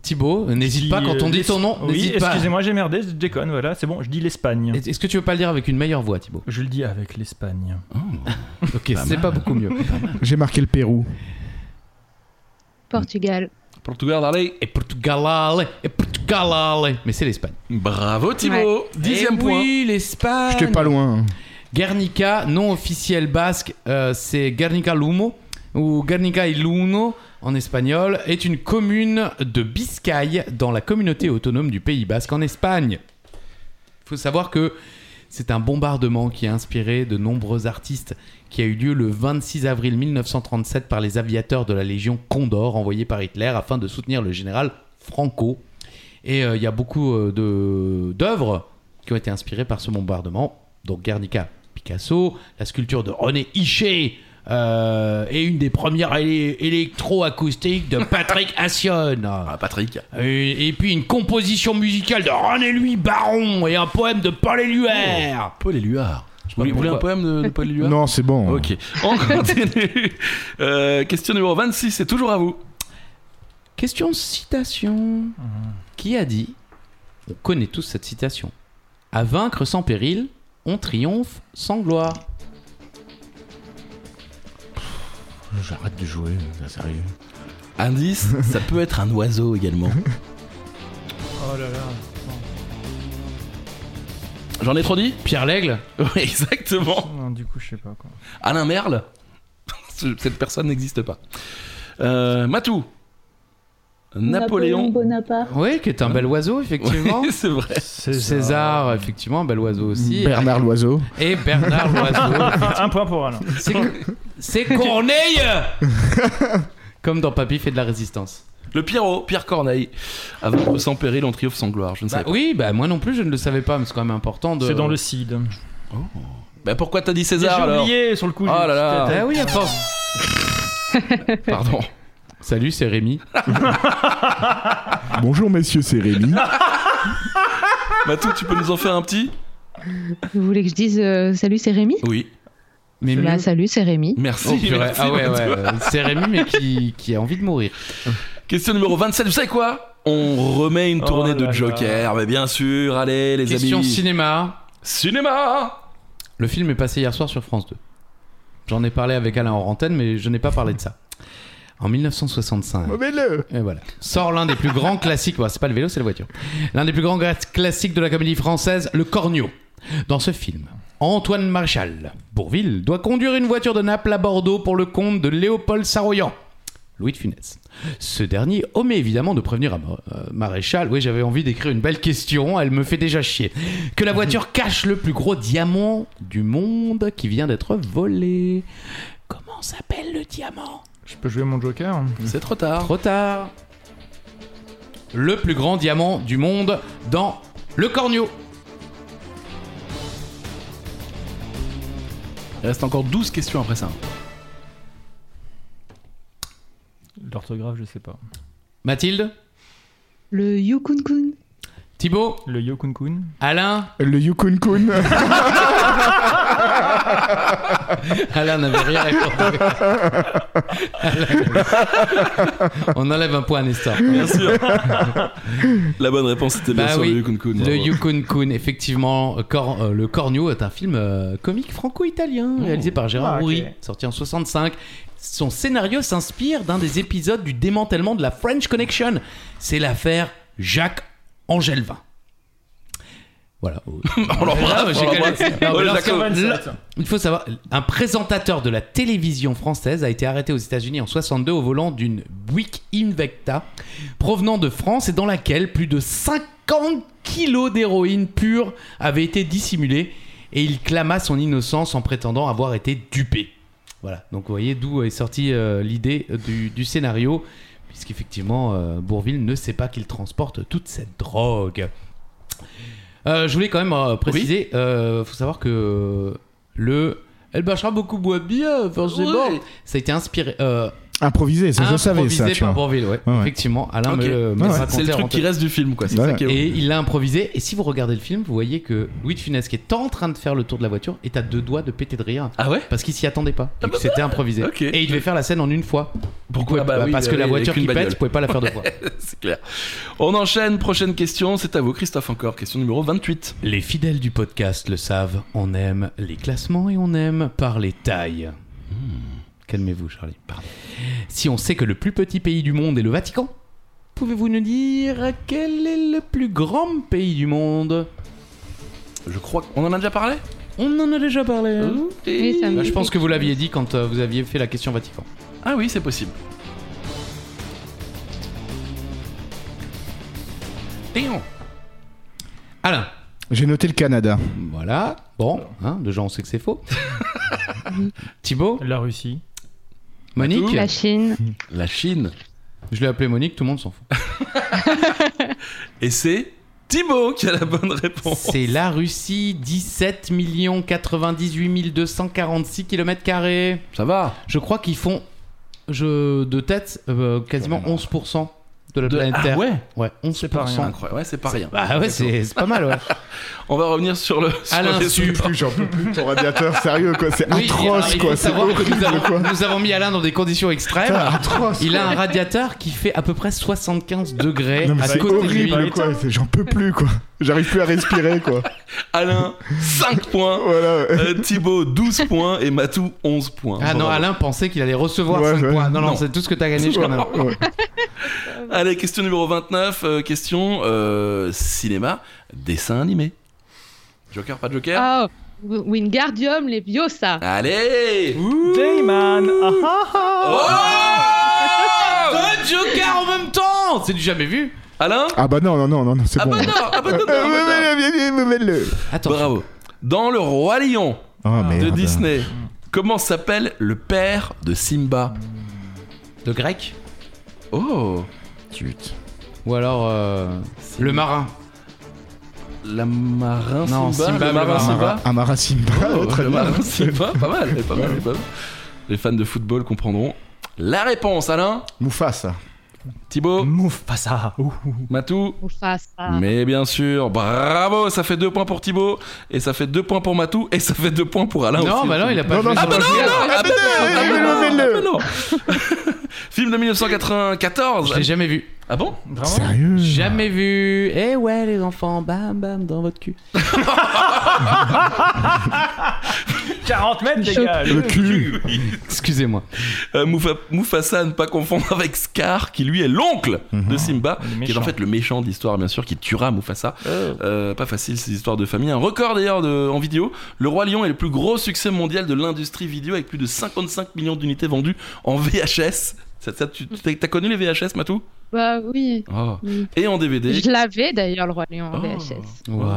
Thibaut, euh, n'hésite Dis, pas quand euh, on dit l'Es- ton nom. Oui, n'hésite pas. excusez-moi, j'ai merdé, je déconne, voilà, c'est bon, je dis l'Espagne. Est-ce que tu veux pas le dire avec une meilleure voix, Thibaut Bah, Je le dis avec l'Espagne. Ok, c'est pas beaucoup mieux. J'ai marqué le Pérou. Portugal. Portugal, allez Et Portugalale, et Portugalale. Mais c'est l'Espagne. Bravo Thibaut Dixième Eh point Oui, Ah, l'Espagne. J'étais pas loin. Guernica, nom officiel basque, euh, c'est Guernica Lumo ou Guernica y Luno en espagnol, est une commune de Biscaye dans la communauté autonome du Pays basque en Espagne. Il faut savoir que c'est un bombardement qui a inspiré de nombreux artistes qui a eu lieu le 26 avril 1937 par les aviateurs de la Légion Condor envoyés par Hitler afin de soutenir le général Franco. Et euh, il y a beaucoup euh, de- d'œuvres qui ont été inspirées par ce bombardement. Donc Guernica, Picasso, la sculpture de René Hichet euh, et une des premières élé- électroacoustiques de Patrick Assion. Ah, Patrick Euh, Et, et puis une composition musicale de René Louis Baron et un poème de Paul Éluard. Paul Éluard Vous voulez- vous voulez un pourquoi. poème de, de Paul Éluard Non, c'est bon. Ok, on continue Euh, Question numéro 26, c'est toujours à vous Question citation. Qui a dit On connaît tous cette citation. À vaincre sans péril, on triomphe sans gloire. J'arrête de jouer, là, sérieux. Indice, ça peut être un oiseau également. Oh là là. J'en ai trop dit Pierre Lègle Oui, exactement Non, du coup, je sais pas quoi. Alain Merle Cette personne n'existe pas. Euh, Matou Napoléon, Bonaparte. Oui, qui est un bel oiseau, effectivement. C'est vrai César, effectivement, un bel oiseau aussi. Bernard Loiseau. Et Bernard Loiseau. Ah, un point pour Alain. C'est- C'est Corneille Comme dans Papy fait de la résistance. Le Pierrot, Pierre Corneille. Avant sans péril, on triomphe sans gloire. Je ne sais Bah pas. oui, bah moi non plus, je ne le savais pas, mais c'est quand même important de. C'est dans le CID. Bah pourquoi t'as dit J'ai César alors oublié sur le coup. Oh là là. Ah oui, à force. Pardon. Salut, c'est Rémi. Ah. Bonjour, messieurs, c'est Rémi. Matou, tu peux nous en faire un petit Vous voulez que je dise euh, salut, c'est Rémi Oui. Mais Bah, salut, c'est Rémi. Merci. Oh, purée. merci, ah ouais, Matt. ouais. euh, C'est Rémi, mais qui, qui a envie de mourir. Question numéro 27, vous savez quoi On remet une tournée Oh de là Joker, mais bien sûr, allez les Question amis. cinéma. Cinéma Le film est passé hier soir sur France 2. J'en ai parlé avec Alain en antenne, mais je n'ai pas parlé de ça. En Bah 1965. Mauvais-le Et voilà. Sort l'un des plus grands classiques. Bon, c'est pas le vélo, c'est la voiture. L'un des plus grands gra- classiques de la comédie française, Le Cornio. Dans ce film, Antoine Marchal, Bourville, doit conduire une voiture de Naples à Bordeaux pour le compte de Léopold Saroyan, Louis de Funès. Ce dernier omet évidemment de prévenir à Ma- euh, Maréchal. Oui, j'avais envie d'écrire une belle question, elle me fait déjà chier. Que la voiture cache le plus gros diamant du monde qui vient d'être volé. Comment s'appelle le diamant Je peux jouer mon Joker C'est trop tard. Trop tard. Le plus grand diamant du monde dans le cornio. Il reste encore 12 questions après ça. L'orthographe, je sais pas. Mathilde, Le Yukun Kun. Thibaut, Le Yo Kun Kun Alain. Le Yukun Kun Alain n'avait rien répondu. Alain. On enlève un point à Nestor. Bien sûr. La bonne réponse c'était bien Bah sûr oui, le Yukon Kun. Le Bravo. Yukon Kun, effectivement, Cor- euh, le Cornio est un film euh, comique franco-italien réalisé par Gérard Ah, ok. Roury, sorti en 65. Son scénario s'inspire d'un des épisodes du démantèlement de la French Connection. C'est l'affaire Jacques Angelvin. Voilà. On l'embrasse, Oh Là, on j'ai l'embrasse. calé- Non, mais Ouais, lorsque- Jacob. là, Il faut savoir, un présentateur de la télévision française a été arrêté aux États-Unis en 62 au volant d'une Buick Invicta provenant de France et dans laquelle plus de 50 kilos d'héroïne pure avaient été dissimulés et il clama son innocence en prétendant avoir été dupé. Voilà, donc vous voyez d'où est sortie euh, l'idée du, du scénario, puisqu'effectivement euh, Bourville ne sait pas qu'il transporte toute cette drogue. Euh, je voulais quand même euh, préciser, euh, faut savoir que le El Bachra beaucoup boit bien, forcément. Ça a été inspiré, euh, Improvisé, ça je savais improvisé ça, tu par vois. Bourville, ouais. Ouais, ouais. Effectivement, Alain Ok. me le- me Ouais, le ouais. racontait C'est le en truc antenne. qui reste du film quoi. C'est Ouais. ça qui est Et il l'a improvisé. Et si vous regardez le film, vous voyez que Louis de Funès, qui est en train de faire le tour de la voiture, est à deux doigts de péter de rire. Ah ouais Parce qu'il s'y attendait pas. Ah Et que C'était improvisé. Ok. Et il devait faire la scène en une fois. Pourquoi Bah, Parce que la voiture qui pète, je pouvais pas la faire deux fois. C'est clair. On enchaîne, prochaine question, c'est à vous Christophe encore, question numéro 28. Les fidèles du podcast le savent, on aime les classements et on aime par les tailles. Hmm. Calmez-vous, Charlie. Si on sait que le plus petit pays du monde est le Vatican, pouvez-vous nous dire quel est le plus grand pays du monde Je crois qu'on en a déjà parlé On en a déjà parlé. hein Oui, ça me- Bah, je pense que vous l'aviez dit quand euh, vous aviez fait la question Vatican. Ah oui, c'est possible. Alain. J'ai noté le Canada. Voilà. Bon, hein, déjà on sait que c'est faux. Thibaut, La Russie. Monique. La Chine. La Chine. Je l'ai appelé Monique, tout le monde s'en fout. Et c'est Thibaut qui a la bonne réponse. C'est la Russie, 17 98 246 km. Ça va Je crois qu'ils font je, de tête euh, quasiment 11% de la De- planète Ah Terre. ouais ouais, 11%. pas rien. Incroyable, ouais, c'est pas rien. Bah ouais, c'est c'est pas mal, ouais. On va revenir sur le. Sur Alain les- Su. Plus, j'en peux plus, ton radiateur, sérieux quoi, c'est Oui, alors, atroce il faut quoi, c'est savoir que horrible nous avons, quoi. nous avons mis Alain dans des conditions C'est extrêmes. atroce. Il a quoi. un radiateur qui fait à peu près 75 degrés Non, mais à c'est côté de lui. horrible quoi, c'est- j'en peux plus quoi. J'arrive plus à respirer quoi. Alain, 5 points. Voilà. Euh, Thibaut, 12 points. Et Matou, 11 points. Ah non, Bravo. Alain pensait qu'il allait recevoir Ouais, 5 ouais. points. Non, non, Non. c'est tout ce que t'as gagné jusqu'à maintenant. Ouais. Allez, question numéro 29. euh, question euh, cinéma, dessin animé. Joker, pas de Joker Oh, Wingardium Leviosa. Allez Dayman ah, Oh Deux jokers Ah, en même temps C'est du jamais vu Alain Ah bah non, non, non, non, non, c'est Ah bon. bah non, ah bah non, non, Euh, ah bah non. mauvais-le, mauvais-le, mauvais-le. Attends, Bravo. Dans Le Roi Lion Oh, de merde. Disney, comment s'appelle le père de Simba de grec Oh Zut. Ou alors euh, le marin La marin Non, Simba, le Simba, le marin marin. Simba. Amara Simba, Oh, très le bien. marin Simba, pas mal, pas mal, pas mal. Les fans de football comprendront. La réponse, Alain Mufasa. Mm. Thibaut, Mufasa. Ouh. Matou. On fasse ça. Mais bien sûr, bravo, ça fait deux points pour Thibaut, et ça fait deux points pour Matou, et ça fait deux points pour Alain. non, Ah, aussi. bah non, il a pas Non, joué non, c'est sur pas le le jeu. mien. Ah, Ah, mais mais non, non, levez-le. mais non. Film de 1994. Je l'ai jamais vu. Ah bon Vraiment Hmm. Sérieux Jamais vu. Eh ouais, les enfants, bam bam dans votre cul. 40 mètres, les gars. Le cul. Excusez-moi. Euh, Moufa- Mufasa à ne pas confondre avec Scar, qui lui est l'oncle de Simba, Le qui est en méchant. fait le méchant de l'histoire, bien sûr, qui tuera Mufasa. Euh, pas facile ces histoires de famille. Un record d'ailleurs de- en vidéo. Le Roi Lion est le plus gros succès mondial de l'industrie vidéo avec plus de 55 millions d'unités vendues en VHS. Ça, ça, tu- t'as t'as connu les VHS, Matou Bah oui. Oh. Mm. Et en DVD. Je l'avais d'ailleurs, le Roi Lion en Oh. VHS. Waouh.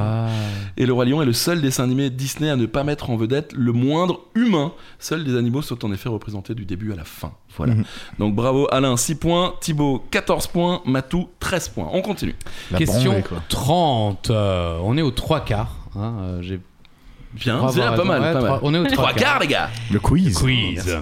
Et le Roi Lion est le seul dessin animé Disney à ne pas mettre en vedette le moindre humain. Seuls les animaux sont en effet représentés du début à la fin. Voilà. Mhm. Donc bravo Alain, 6 points. Thibaut, 14 points. Matou, 13 points. On continue. La Question branlée, quoi. 30. euh, on est aux trois quarts. hein, euh, j'ai- Bien, Bravo, c'est pas raison. mal. Ouais, pas mal. trois- On est aux Trois trois quarts, les gars. Le quiz. Quiz.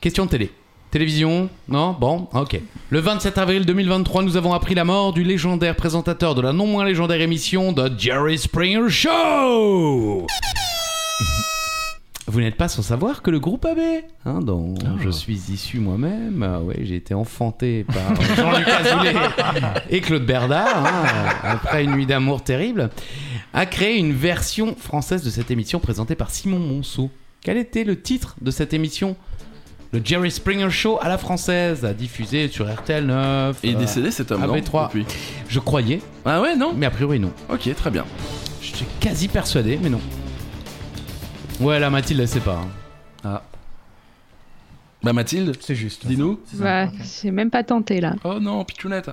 Question de télé. Télévision Non Bon, ah, ok. Le 27 avril 2023, nous avons appris la mort du légendaire présentateur de la non moins légendaire émission de Jerry Springer Show Vous n'êtes pas sans savoir que le groupe AB, hein, dont je suis issu moi-même, euh, ouais, j'ai été enfanté par Jean-Luc Azoulay et Claude Berdard, hein, après une nuit d'amour terrible, a créé une version française de cette émission présentée par Simon Monceau. Quel était le titre de cette émission Le Jerry Springer Show à la française, diffusé sur RTL 9. Il est euh, décédé cet homme. Ah, non mais trois. Depuis. Je croyais, Ah ouais, non mais a priori non. Ok, très bien. J'étais quasi persuadé, mais non. Ouais, là, Mathilde, elle sait pas. hein. Bah Mathilde, C'est juste. dis-nous. Bah, j'ai même pas tenté là. Oh non, Pichounette.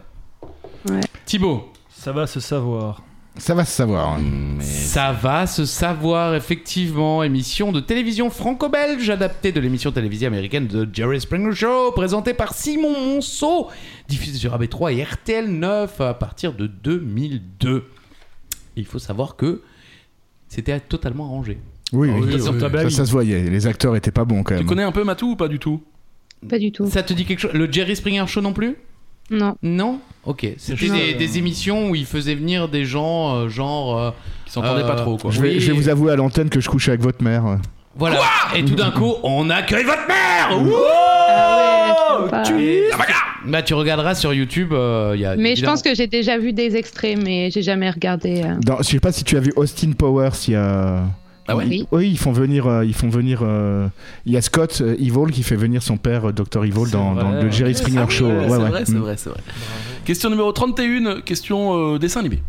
Euh, Thibaut, Ça va se savoir. Ça va se savoir. hein. ça va se savoir, effectivement. Émission de télévision franco-belge, adaptée de l'émission télévisée américaine de Jerry Springer Show, présentée par Simon Monceau, diffusée sur AB3 et RTL 9 à partir de 2002. Il faut savoir que c'était totalement arrangé. Oui, oui, Ah, oui, oui, sur ta Ça, blague. ça se voyait. Les acteurs étaient pas bons quand Tu même. connais un peu Matou ou pas du tout Pas du tout. Ça te dit quelque chose Le Jerry Springer Show non plus Non. Non Ok. C'était juste, des, euh, des émissions où il faisait venir des gens, euh, genre. euh, Qui s'entendait Euh, pas trop, quoi. Je vais, Oui. je vais vous avouer à l'antenne que je couche avec votre mère. Voilà. et tout d'un coup, on accueille votre mère Oh, Ah ouais, sympa. Et- Bah, tu regarderas sur YouTube. euh, Bah, il y a, Mais je évidemment- pense que j'ai déjà vu des extraits, mais j'ai jamais regardé. euh. Dans- je sais pas si tu as vu Austin Powers. Il y a. Ah ouais Oui. Oui, ils font venir. euh, ils font venir. euh, Il y a Scott euh, Evil qui fait venir son père, euh, Dr. Evil, C'est dans, vrai, dans le ouais. Jerry Springer Ah oui, Show. ouais, Ouais, c'est ouais. vrai, c'est Mm. vrai, c'est vrai. Question numéro 31, question euh, dessin animé.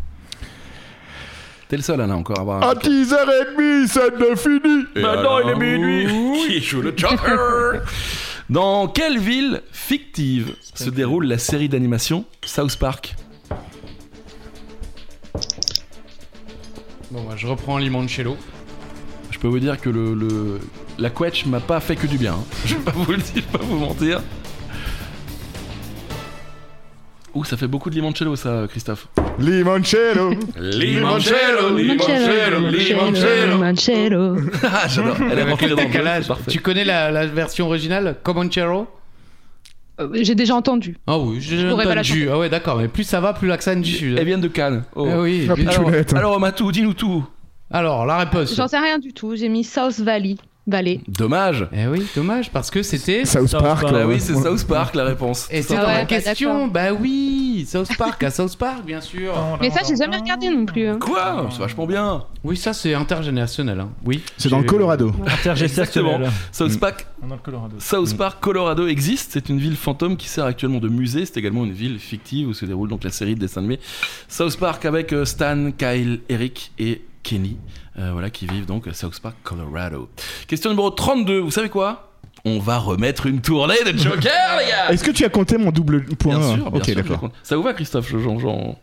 T'es le seul, Alain, encore à avoir. À 10h30, ça ne finit. Ah, Maintenant, il est minuit. Qui joue le Joker Ah, Dans quelle ville fictive se déroule la série d'animation South Park Bon, bah, je reprends Limoncello. Je peux vous dire que le, le- la quetch m'a pas fait que du bien. hein. Je vais pas vous le dire, je vais pas vous mentir. Ouh, ça fait beaucoup de limoncello, ça, Christophe. Limoncello. Ah, Limoncello, Limoncello, Limoncello. Ah, j'adore. Elle est rentrée dans le Décalage. jeu, parfait. Tu connais la, la version originale Comanchero Euh, J'ai déjà entendu. Ah oui, j'ai pourrais pas la entendu. Ah ouais, d'accord. Mais plus ça va, plus l'accent du sud. Elles viennent de Cannes. Oh. Ah oui. Ah, putain. Alors, Alors, Pichounette. alors, Matou, dis-nous tout. alors, la réponse. J'en sais rien du tout. J'ai mis South Valley. Valley. Dommage. Eh oui, dommage parce que c'était. South South Park. Park. ouais. Bah oui, c'est South Park la réponse. Et Tout c'est Ah dans simplement. la ouais, bah question. Bah oui, South Park à South Park, bien sûr. Mais ça, j'ai jamais regardé non plus. hein. Quoi C'est vachement bien. Oui, ça c'est intergénérationnel. hein. Oui. C'est dans J'ai- le Colorado. Exactement. Intergestationnel. South Mm. Park, Dans le Colorado. South Park, Colorado existe. C'est une ville fantôme qui sert actuellement de musée. C'est également une ville fictive où se déroule donc la série de dessins animés South Park avec euh, Stan, Kyle, Eric et Kenny. Euh, voilà qui vivent donc à South Park, Colorado. Question numéro 32. Vous savez quoi On va remettre une tournée de Joker, les gars. Est-ce que tu as compté mon double point euh Bien sûr, bien Ok, sûr, je d'accord. compte. Ça vous va, Christophe je- j'en- j'en-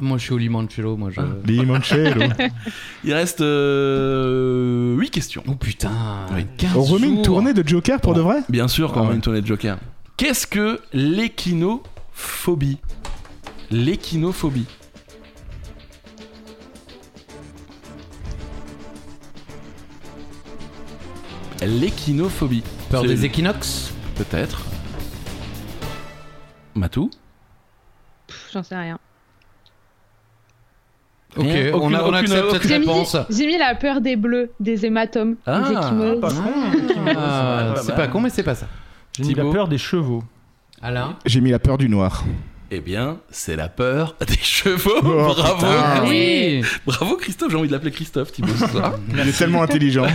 Moi je suis au limoncello, moi je. Ah. Limoncello. Il reste 8 questions. Oh putain. Oui. 15 On remet une jours. tournée de Joker pour de vrai Bien sûr, quand Ah on a ouais. une tournée de Joker. Qu'est-ce que l'équinophobie L'équinophobie. L'équinophobie. Peur C'est des le- équinoxes. Peut-être. Matou j'en sais rien. Ok, Rien, on, a- aucune- on accepte aucune- cette J'ai mis, réponse. j'ai mis la peur des bleus, des hématomes, Ah, des échymoses. Pas con. Ah, Ouais, c'est bah, pas bah. con, mais c'est pas ça. J'ai mis la Thibaut. peur des chevaux. Alain J'ai mis la peur du noir. Eh bien, c'est la peur des chevaux. Oh, Bravo. putain. Oui Bravo Christophe, j'ai envie de l'appeler Christophe Thibaut. ce soir. Il est tellement intelligent.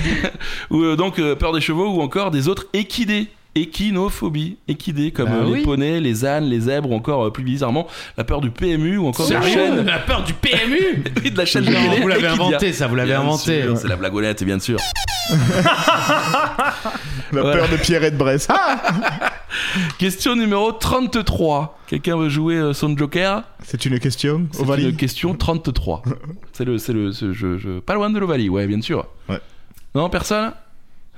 ou euh, donc euh, peur des chevaux ou encore des autres équidés. Équinophobie, équidés comme Bah euh, oui. les poneys, les ânes, les zèbres ou encore euh, plus bizarrement la peur du PMU ou encore de la Sérieux chaîne, La peur du PMU oui, de la chaîne de Non, télé Vous l'avez Equidia. inventé, ça, vous l'avez Bien inventé. sûr, C'est la blagounette, bien sûr. La Voilà. peur de Pierrette de Brest. Ah Question numéro 33. Quelqu'un veut jouer euh, son Joker C'est une question, C'est Ovalie une question 33. c'est le, c'est le, ce jeu, jeu- pas loin de l'Ovalie, ouais, bien sûr. Ouais. Non, personne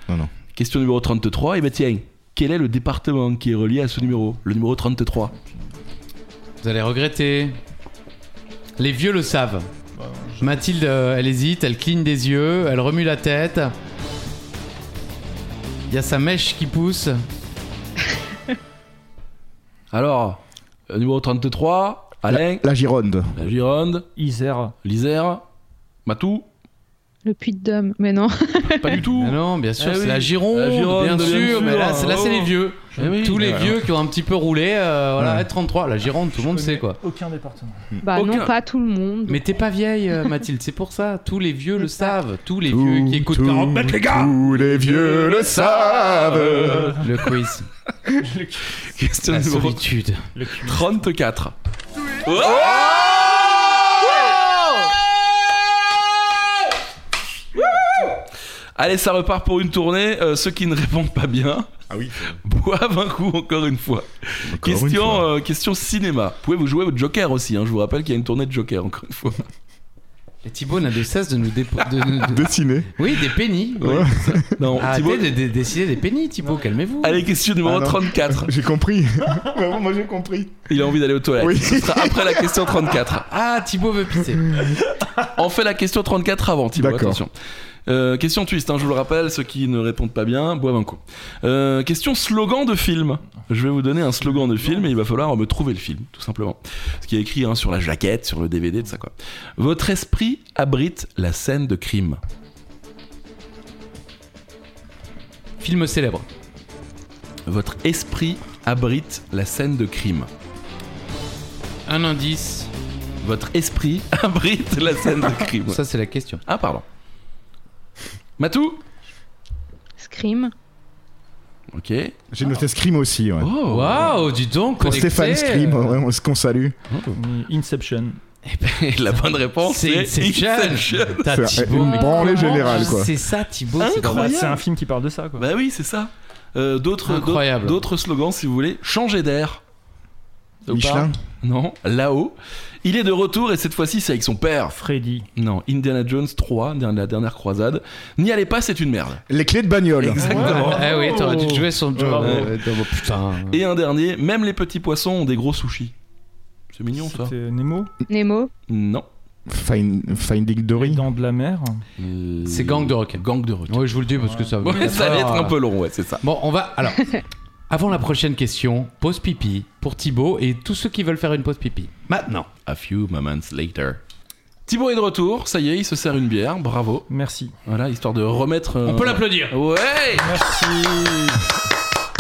Non, non. Question numéro 33, et ben tiens, quel est le département qui est relié à ce numéro Le numéro 33. Vous allez regretter. Les vieux le savent. Mathilde, euh, elle hésite, elle cligne des yeux, elle remue la tête. Il y a sa mèche qui pousse. Alors, le numéro 33, Alain, La Gironde. la, Gironde, Isère. l'Isère, Matou, Le puits d'homme, mais non. pas du tout. Ah non, bien sûr, Eh c'est oui. la Gironde, La Gironde, bien, bien sûr. sûr. Mais là, c'est là, c'est les Oh. vieux. Eh oui. Tous les Ouais, vieux qui ont un petit peu roulé. euh, voilà, Ouais. eh, 33, la Gironde, tout le monde sait quoi. Aucun département. Bah Hmm. Aucun. non, pas tout le monde. Mais t'es pas vieille, euh, Mathilde, c'est pour ça. Tous les vieux le C'est ça. savent. Tous les vieux qui écoutent Tous- 40 mètres, les gars Tous les vieux le savent. Le quiz, Question la numéro solitude. 34. Oh Allez, ça repart pour une tournée. Euh, ceux qui ne répondent pas bien Ah oui. boivent un coup encore une fois. question, euh, question cinéma. Pouvez-vous jouer votre Joker aussi hein. Je vous rappelle qu'il y a une tournée de Joker encore une fois. Et Thibaut n'a de cesse de nous dépo... de- de- de- Dessiné. Oui, des pénis. Ah, Ouais. Non, Arrêtez Thibaut. de, de- dessiner des pénis, Thibaut, calmez-vous. Allez, question numéro Ah non. 34. J'ai compris. Vraiment, Moi j'ai compris. Il a envie d'aller aux toilettes. Oui. Ce sera après la question 34. Ah, Thibaut veut pisser. On fait la question 34 avant, Thibaut, D'accord. attention. Euh, question twist, hein, je vous le rappelle, ceux qui ne répondent pas bien, boivent un coup. Euh, question slogan de film. Je vais vous donner un slogan de film et il va falloir me trouver le film, tout simplement. Ce qui est écrit hein, sur la jaquette, sur le DVD, tout ça quoi. Votre esprit abrite la scène de crime. Film célèbre. Votre esprit abrite la scène de crime. Un indice. Votre esprit abrite la scène de crime. Ça, c'est la question. Ah, pardon. Matou Scream. Ok. J'ai noté Scream aussi. Ouais. Oh, Waouh, dis donc. Pour connecté. Stéphane hein. Scream, ouais, on- ce qu'on salue. Inception. Et la bonne réponse, C'est c'est Inception. Inception. T'as C'est Thibaut, une mais branlée comment générale, quoi. C'est ça, Thibaut. c'est Incroyable. Bah, c'est un film qui parle de ça, quoi. Bah oui, c'est ça. Euh, d'autres, Incroyable. d'autres, d'autres slogans, si vous voulez. Changer d'air. Ça vous Michelin. parle Non, là-haut. Il est de retour et cette fois-ci, c'est avec son père. Freddy. Non, Indiana Jones 3, der- la dernière croisade. N'y allez pas, c'est une merde. Les clés de bagnole. Exactement. Ah oui, t'aurais dû jouer son jeu. Bravo. euh, dans vos- Putain. Et un dernier, même les petits poissons ont des gros sushis. C'est mignon ça C'était Nemo. Nemo. Non. Find- Finding Les Dory. dents de la mer. C'est Gang de Rock. Gang de requins. Oui, je vous le dis parce que ça. Ouais, ça allait être un peu long, ouais, c'est ça. Bon, on va. Alors, avant la prochaine question, pause pipi pour Thibaut et tous ceux qui veulent faire une pause pipi. Maintenant. A few moments later. Thibaut est de retour, ça y est, il se sert une bière, bravo. Merci. Voilà, histoire de remettre. euh, On peut l'applaudir. Ouais Merci.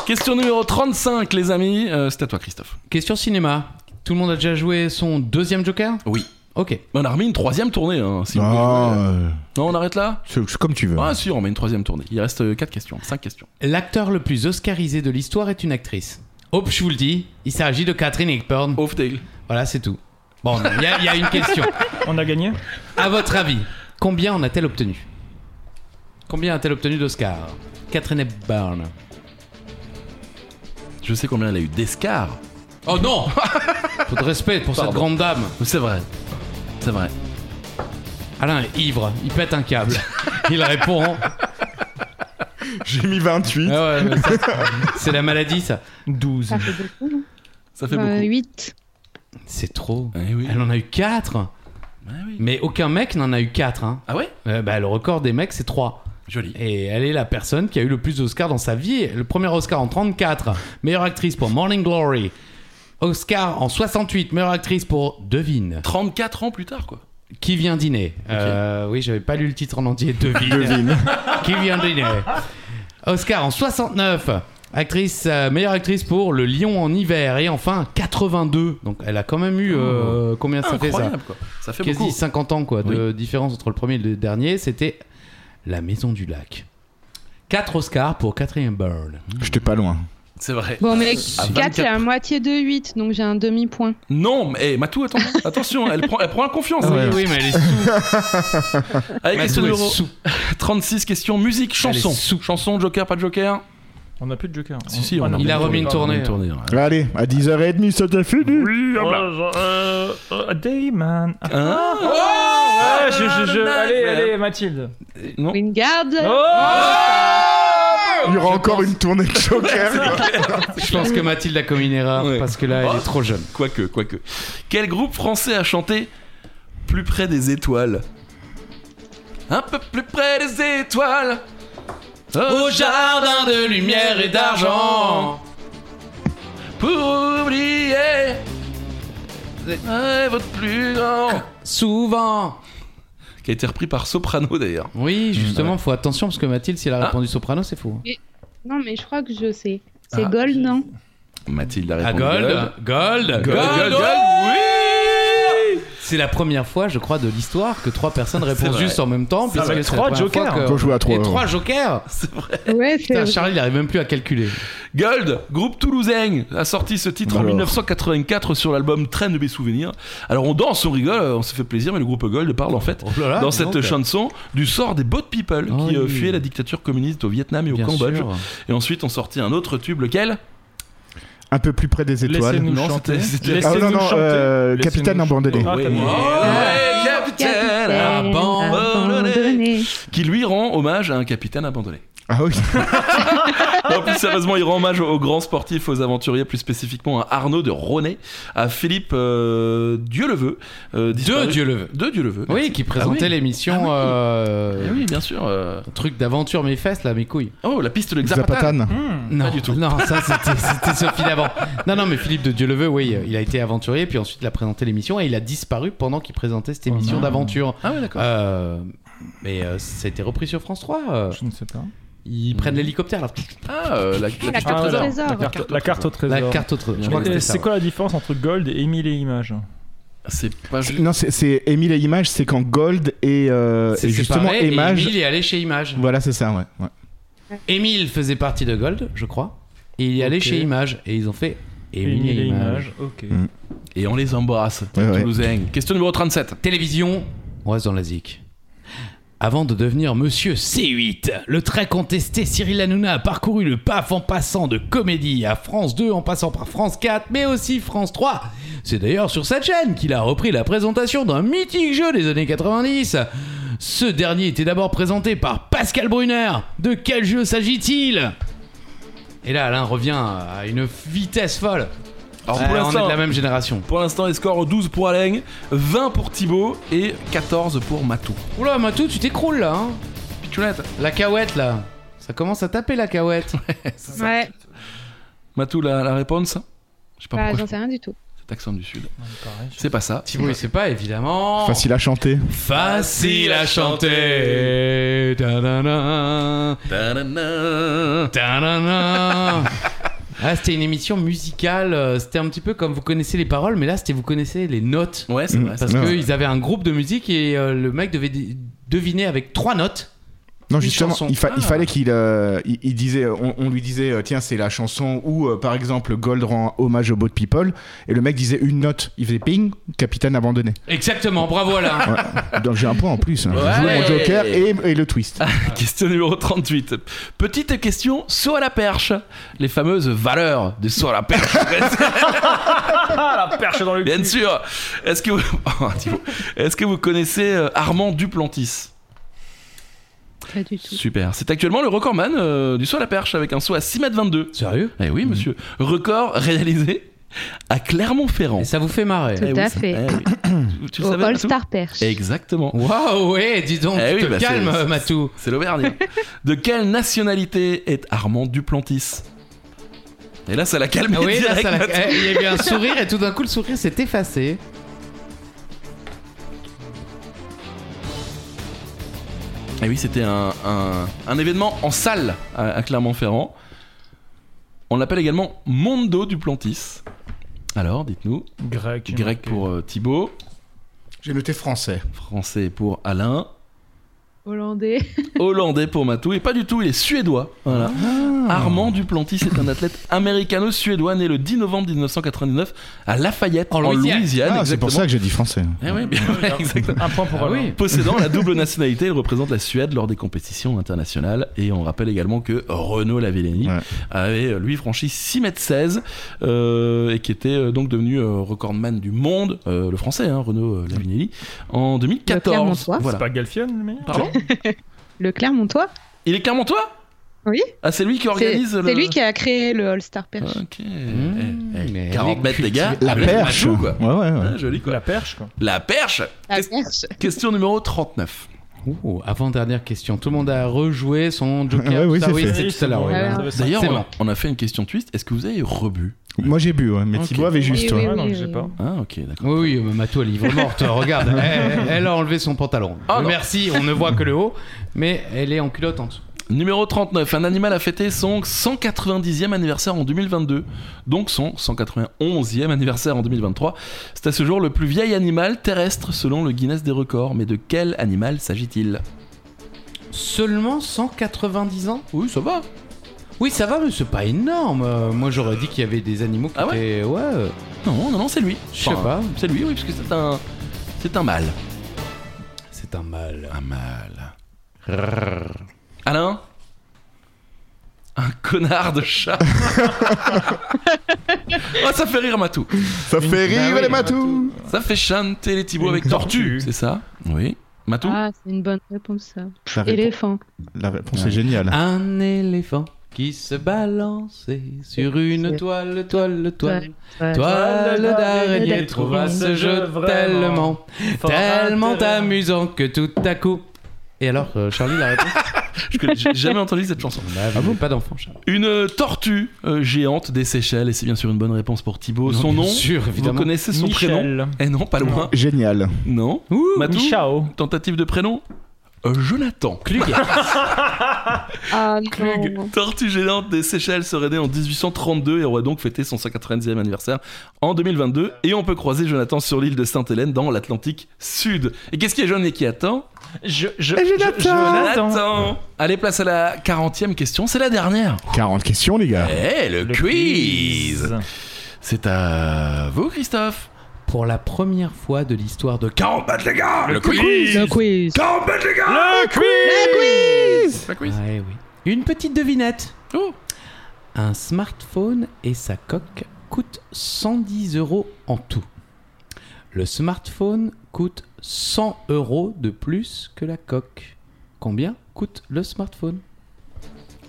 Question numéro 35, les amis. Euh, c'est à toi, Christophe. Question cinéma. Tout le monde a déjà joué son deuxième Joker Oui. Ok. On a remis une troisième tournée. hein, si vous voulez Ah, jouer. euh, Non, on arrête là c'est c'est comme tu veux. Ah, si, on met une troisième tournée. Il reste 4 questions, 5 questions. L'acteur le plus oscarisé de l'histoire est une actrice. Hop, je vous le dis, il s'agit de Catherine Hepburn. Off tail. Voilà, c'est tout. Bon, il y, a- il y a une question. On a gagné À votre avis, combien en a-t-elle obtenu Combien a-t-elle obtenu d'Oscar Catherine Hepburn. Je sais combien elle a eu d'escar. Oh non Faut de respect pour cette Pardon. grande dame. C'est vrai. C'est vrai. Alain est ivre, il pète un câble. Il répond. J'ai mis 28. Ah ouais, mais ça, c'est la maladie, ça. 12. Ça fait beaucoup. non Ça fait Euh, beaucoup. 8. C'est trop. Eh oui. Elle en a eu 4, Eh oui. mais aucun mec n'en a eu 4. Ah ouais bah, le record des mecs, c'est 3. Joli. Et elle est la personne qui a eu le plus d'Oscars dans sa vie. Le premier Oscar en 34. Meilleure actrice pour Morning Glory. Oscar en 68, meilleure actrice pour Devine. 34 ans plus tard, quoi. Qui vient dîner Euh, Oui, j'avais pas lu le titre en entier. Devine. Devine. Qui vient dîner Oscar en 69, actrice, euh, meilleure actrice pour Le Lion en hiver. Et enfin, 82. Donc elle a quand même eu. euh, combien ça fait ça Incroyable, quoi. Ça fait Quasi beaucoup. 50 ans quoi, de différence entre le premier et le dernier. C'était La Maison du Lac. 4 Oscars pour Catherine Byrne. J'étais pas loin. C'est vrai. Bon, mais À 4, c'est 24. la moitié de 8, donc j'ai un demi-point. Non, mais hey, Matou, attends, attention, elle prend, elle prend la confiance. hein. Ah Oui, oui, mais elle est sous. Allez, elle est question sous, elle est numéro sous. 36, question musique, chanson. Allez, Chanson, Joker, pas de Joker On n'a plus de joker. Si, si, Ah, on non, a- Il a on remis peut une pas. tournée. Allez, à 10h30, ça t'a fini. Oui, oh, euh, euh, Dayman. Ah, Hein oh, ah, je, je, je- Allez, allez, Mathilde. Oh Non. Wingard Oh Il y aura encore une tournée de Joker. Je pense que Mathilde a commis une erreur Ouais. parce que là, elle Oh. est trop jeune. Quoique, quoique. Quel groupe français a chanté Plus près des étoiles Un peu plus près des étoiles Au jardin de lumière et d'argent. Pour oublier Ouais, votre plus grand Souvent. Qui a été repris par Soprano d'ailleurs. Oui, justement, faut attention parce que Mathilde, si elle a répondu soprano, c'est fou. Non, mais je crois que je sais. C'est Ah, Gold, non Mathilde a Ah, répondu. Gold, Gold, Gold, Gold, Gold, oui C'est la première fois, je crois, de l'histoire que trois personnes répondent vrai. juste en même temps. puisque avec c'est la trois première fois jokers. que- Faut jouer à trois, Et ouais. trois jokers. C'est vrai. Ouais, Putain, Charlie, il arrive même plus à calculer. Gold, groupe toulousain, a sorti ce titre en Alors. 1984 sur l'album Train de mes souvenirs. Alors on danse, on rigole, on se fait plaisir, mais le groupe Gold parle en fait. Ah, dans cette chanson, du sort des Boat People Oh qui euh, oui. fuyaient la dictature communiste au Vietnam et au Cambodge. Et ensuite, on sortit un autre tube, lequel Un peu plus près des étoiles. Laissez-nous Non, chanter. c'était- c'était- Ah non, Laissez-nous non, chanter. euh, Capitaine Laissez-nous abandonné. chanter. Ah, Oui. t'as bien. Oh, ouais, capitaine abandonné. Qui lui rend hommage à un capitaine abandonné. Ah oui. En plus sérieusement, il rend hommage aux grands sportifs, aux aventuriers, plus spécifiquement à Arnaud de Ronet, à Philippe euh, Dieu-le-Veut. euh, disparu- Deux, Dieu le veut. De Dieu-le-Veut. Oui, qui présentait Ah oui. l'émission. euh, Eh oui, bien sûr. euh. Un truc d'aventure, mes fesses, là, mes couilles. Oh, la piste de Zapata. Zapatane. Hmm. Non, du tout. Non, ça c'était c'était Sophie d'avant. Non, non, mais Philippe de Dieu le veut, oui, euh, il a été aventurier, puis ensuite il a présenté l'émission et il a disparu pendant qu'il présentait cette émission non. d'aventure. Ah ouais, d'accord. Euh, mais euh, ça a été repris sur France 3. euh, Je ne sais pas. ils prennent l'hélicoptère, la, Ah, euh, la, la la carte carte au au trésor. Ah, trésor. La carte au trésor. la carte autre. Je Et crois que c'était ça. C'est quoi la différence entre Gold et Emile et Images Ah, C'est Ah, pas juste. Non, c'est- c'est Émile et Image, c'est quand Gold et, euh, C'est et justement séparé, et Mmh. Image. Émile est allé chez Image. Voilà, c'est ça, ouais. ouais. Émile faisait partie de Gold, je crois, et il est allé Ok. chez Image et ils ont fait Émile Émile et Image. Ok. Hmm. Et on les embrasse, Ouais, ouais. Toulousain. Question numéro 37. Télévision, on reste dans la ZIC. Avant de devenir Monsieur C8, le très contesté Cyril Hanouna a parcouru le PAF en passant de comédie à France 2, en passant par France 4, mais aussi France 3. C'est d'ailleurs sur cette chaîne qu'il a repris la présentation d'un mythique jeu des années 90. Ce dernier était d'abord présenté par Pascal Brunner. De quel jeu s'agit-il Et là, Alain revient à une vitesse folle. Alors Euh, pour on est de l'instant, la même génération. pour l'instant, les scores 12 pour Alain, 20 pour Thibaut et 14 pour Matou. Oula, Matou, tu t'écroules là, hein Pitchounette. La cahuète là ça commence à taper la cahuète. Ouais, Matou, la, la réponse Je sais pas bah, pourquoi j'en sais rien du tout. je- cet accent du sud. C'est pas ça. Thibaut, il sait pas évidemment. Facile à chanter. Facile à chanter. Ta-da-da, Ta-da-da. ta-da-da. Ah, c'était une émission musicale. euh, C'était un petit peu comme vous connaissez les paroles, mais là, c'était vous connaissez les notes. Ouais, c'est Mm. vrai. Parce c'est Ouais, vrai. ouais. qu'ils avaient un groupe de musique et euh, le mec devait d- deviner avec trois notes. Non, Une justement, chanson. il, fa- il Ah. fallait qu'il euh, il, il disait, on, on lui disait, euh, tiens, c'est la chanson où, euh, par exemple, Gold rend hommage au Boat People, et le mec disait une note, il faisait ping, capitaine abandonné. Exactement, bravo Alain. Ouais. Donc j'ai un point en plus. hein. Ouais. Je joue mon Joker et, et le twist. Ah. Question numéro 38. Petite question saut à la perche. Les fameuses valeurs du saut à la perche. Ah, la perche dans le Bien cul. sûr. Est-ce que vous, Oh, Thibaut. est-ce que vous connaissez euh, Armand Duplantis Pas du tout. Super. C'est actuellement le recordman euh, du saut à la perche avec un saut à 6 m 22. Sérieux Eh oui, monsieur. Record réalisé à Clermont-Ferrand. Et ça vous fait marrer. Tout Eh à oui, ça- fait. eh oui. tu, tu le Au savais, All Matou Star Perche. Exactement. Waouh, ouais, dis donc, Eh tu oui, te bah, c'est- calmes, c'est- Matou. C'est l'Auvergne. De quelle nationalité est Armand Duplantis Et là, ça l'a calmé Ah oui, là, direct. ça l'a- maintenant. Eh, il y a eu un sourire et tout d'un coup le sourire s'est effacé. Et oui, c'était un, un- un événement en salle à, à Clermont-Ferrand. On l'appelle également Mondo du Plantis. Alors, dites-nous, Grec. grec pour euh, Thibaut, J'ai noté français. français pour Alain, Hollandais. hollandais pour Matou, et pas du tout, il est suédois. Voilà. Armand Duplantis est un athlète américano-suédois né le 10 novembre 1999 à Lafayette, En en Louisiane. Louisiane. Ah, c'est exactement. pour ça que j'ai dit français. Eh oui, bien- exactement. Un point pour Ah Alain. oui. Possédant la double nationalité, il représente la Suède lors des compétitions internationales. Et on rappelle également que Renaud Lavillenie Ouais. avait, euh, lui, franchi 6m16 euh, et qui était euh, donc devenu euh, recordman du monde, euh, le français, hein, Renaud euh, Lavillenie, en 2014. Clermontois. Voilà. C'est pas Galfian, le meilleur Pardon Le Clermontois Il est Clermontois Oui. Ah, c'est lui qui C'est organise le... c'est lui qui a créé le All-Star Perch. Ok. Mmh, Eh, eh, mais 40 elle est mètres, les gars. La avec perche. le matou, quoi. Ouais, ouais, ouais. Ah. Hein, joli, quoi. La perche, quoi. La perche La Qu'est-ce- perche. Question numéro 39. Ouh, avant-dernière question. Tout le monde a rejoué son Joker. Ouais, tout oui, ça, c'est oui, fait. c'est tout à l'heure. bon, oui. bah. Ah, ouais, ça ouais. va, ça va. D'ailleurs, C'est on, bon. a- on a fait une question twist. Est-ce que vous avez rebu Moi j'ai bu, ouais, mais Ok. Thibaut avait juste. hein. Oui, ouais. Ouais, non, j'ai pas. Ah, ok, d'accord. Oui, oui, mais Matou, elle est livre morte. euh, Regarde, elle, elle a enlevé son pantalon. Euh, Ah, non. Merci, on ne voit que le haut, mais elle est en culotte en dessous. Numéro 39. Un animal a fêté son 190e anniversaire en 2022. Donc son 191e anniversaire en 2023. C'est à ce jour le plus vieil animal terrestre selon le Guinness des records. Mais de quel animal s'agit-il Seulement 190 ans Oui, ça va. Oui, ça va, mais c'est pas énorme. Euh, Moi, j'aurais dit qu'il y avait des animaux qui Ah ouais étaient. Ouais, euh, Non, non, non, c'est lui. je sais pas. C'est lui, oui, parce que c'est un... C'est un mâle. C'est un mâle. Un mâle. Alain Un connard de chat. oh, ça fait rire Matou. Ça fait Bah rire les matous Ça fait chanter les Thibaut Une avec tortue. tortue. C'est ça Oui. Matou Ah, c'est une bonne réponse, ça. la, répo- Éléphant. la réponse est géniale. Un éléphant qui se balançait sur une C'est- toile, toile, toile. Ouais. Toile d'araignée d'araignée. trouva ce jeu tellement, Fort tellement intéressant. amusant que tout à coup. Et alors, euh, Charlie, la réponse Je connais- J'ai jamais entendu cette chanson. Ah bon Pas d'enfant, Charlie. Une euh, tortue euh, géante des Seychelles. Et c'est bien sûr une bonne réponse pour Thibaut. Son bien nom sûr, Vous évidemment. connaissez son prénom Michel. Eh non, pas loin. Génial. Non. Matou Michao. Tentative de prénom Euh, Jonathan. Klug. Ah, Klug, non. tortue géante des Seychelles serait née en 1832 et aurait donc fêté son 190e anniversaire en 2022. Et on peut croiser Jonathan sur l'île de Sainte-Hélène dans l'Atlantique Sud. Et qu'est-ce qui est jaune et qui attend Je, je, Et je, Jonathan. Jonathan. Allez, place à la 40e question, c'est la dernière. 40 questions, les gars. Eh, le, quiz, C'est à vous, Christophe Pour la première fois de l'histoire de 40 mètres, les gars Le, quiz, Le quiz. 40 mètres, les gars Le quiz Le quiz Ouais, oui. Une petite devinette. Oh. Un smartphone et sa coque coûtent 110 euros en tout. Le smartphone coûte 100 euros de plus que la coque. Combien coûte le smartphone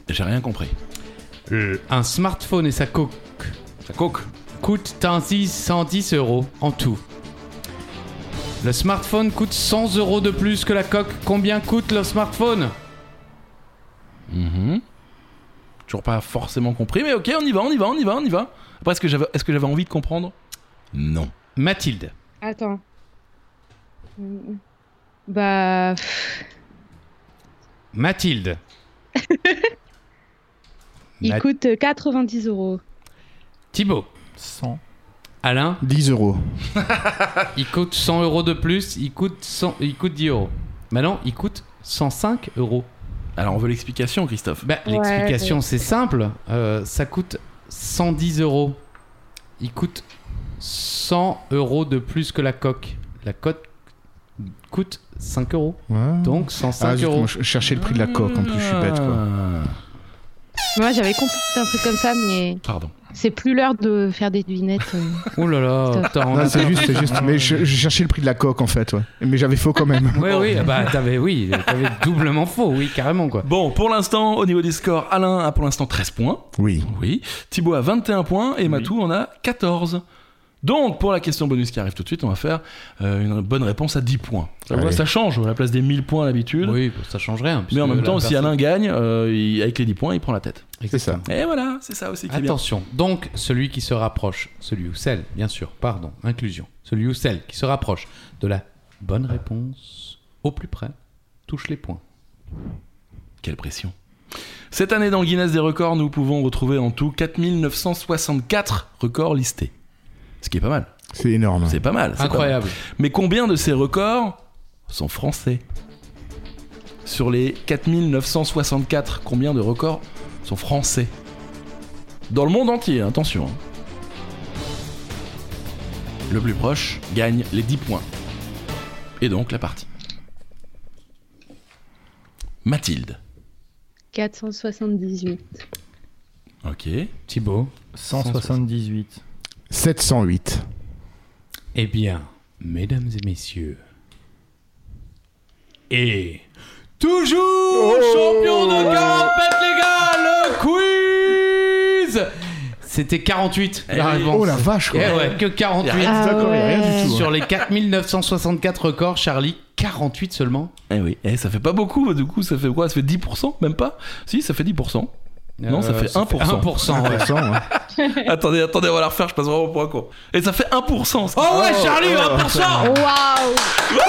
J'ai rien compris. Un smartphone et sa coque Ça coque coûtent ainsi 110 euros en tout. Le smartphone coûte 100 euros de plus que la coque. Combien coûte le smartphone Mhm. Toujours pas forcément compris, mais ok, on y va, on y va, on y va, on y va. Après, est-ce que j'avais, est-ce que j'avais envie de comprendre Non. Mathilde. Attends. Mm. Bah. pff, Mathilde. Il Math- coûte 90 euh, euros. Thibaut. 100. Alain, 10 euros. il coûte 100 euros de plus, il coûte, 100, il coûte 10 euros. Maintenant, il coûte 105 euros. Alors, on veut l'explication, Christophe. Bah, Ouais. L'explication, c'est simple. Euh, ça coûte 110 euros. Il coûte 100 euros de plus que la coque. La coque coûte 5 euros. Mmh. Ouais. Donc Ah, 105 zut, euros. moi, je cherchais le prix de la coque en plus, je suis bête quoi. Ah, Moi, j'avais compris un truc comme ça, mais Pardon. c'est plus l'heure de faire des devinettes. euh. Oh là là. Attends, on Non, a- c'est juste, c'est juste. Mais je, je cherchais le prix de la coque en fait, ouais. Mais j'avais faux quand même. Ouais, oui, ah bah t'avais oui, t'avais doublement faux, oui, carrément quoi. Bon, pour l'instant, au niveau des scores, Alain a pour l'instant 13 points. Oui. Oui. Thibaut a 21 points et Matou en a 14. Donc, pour la question bonus qui arrive tout de suite, on va faire euh, une bonne réponse à 10 points. Ça, Allez. voilà, ça change, à la place des 1000 points d'habitude. Oui, bah, ça change rien. Mais en puisque même la temps, si personne- Alain gagne, euh, il- avec les 10 points, il prend la tête. C'est ça. Et voilà, c'est ça aussi qui est bien. Attention, donc celui qui se rapproche, celui ou celle, bien sûr, pardon, inclusion, celui ou celle qui se rapproche de la bonne réponse au plus près, touche les points. Ah, Quelle pression. Cette année dans le Guinness des records, nous pouvons retrouver en tout 4964 records listés. Ce qui est pas mal. C'est énorme. C'est pas mal. c'est pas mal. Incroyable. Mais combien de ces records sont français Sur les 4964, combien de records sont français Dans le monde entier, attention. hein. Le plus proche gagne les 10 points. Et donc la partie. Mathilde. 478. Ok. Thibaut 178. 708. Eh bien, mesdames et messieurs, et toujours Oh. champion de 40 mètres, les gars, le quiz C'était 48 Eh la oui. réponse. Oh la vache, Eh quoi. ouais, que 48 Y a Ah D'accord, il y a rien ouais. du tout. Sur les 4964 records, Charlie, 48 seulement. Eh oui, eh, ça fait pas beaucoup, du coup, ça fait quoi Ça fait 10% Même pas Si, ça fait 10%. Non, Euh, ça fait 1%. 1%. ouais. 100, ouais. attendez, attendez, on va la refaire, je passe vraiment pour un con. Et ça fait 1%. ce qui- Oh ouais, Charlie, 1% Waouh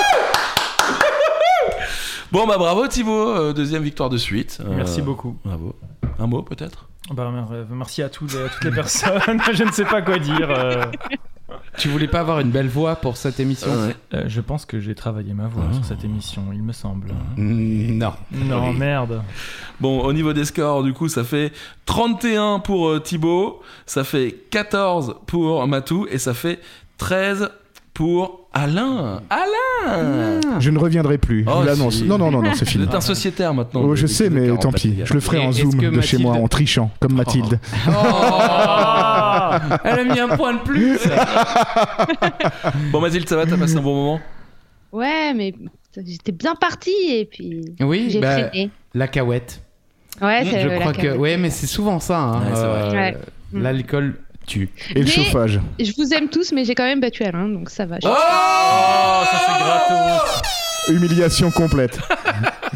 Bon, bah bravo Thibaut, euh, deuxième victoire de suite. Euh, Merci beaucoup. Bravo. Un mot peut-être Bah, mer- merci à, tous les- à toutes les personnes. je ne sais pas quoi dire. euh. Tu voulais pas avoir une belle voix pour cette émission Euh, je pense que j'ai travaillé ma voix Ah. sur cette émission, il me semble. Mm, Non. Non, Oui. merde. Bon, au niveau des scores, du coup, ça fait 31 pour euh, Thibaut, ça fait 14 pour Matou et ça fait 13 pour Alain. Alain Je ne reviendrai plus. Oh, je l'annonce. si. Non, non, non, non, c'est Vous fini. êtes un sociétaire maintenant. Oh, de- je des sais, mais 40, tant les pis. gars. Je le ferai Et en est-ce zoom que de chez moi Mathilde- en trichant, comme Mathilde. Ah Oh Elle a mis un point de plus Bon, Mathilde, ça va T'as passé un bon moment Ouais, mais j'étais bien partie et puis Oui, j'ai bah, traîné. la cahouette. Ouais, c'est Je la crois que. cagnotte. Ouais, mais c'est souvent ça. hein, Ouais, c'est vrai. euh, Ouais. L'alcool tue. Et le Mais- chauffage. Je vous aime tous, mais j'ai quand même battu Alain, donc ça Oh va. Je- Oh, ça, c'est gratos. Humiliation complète.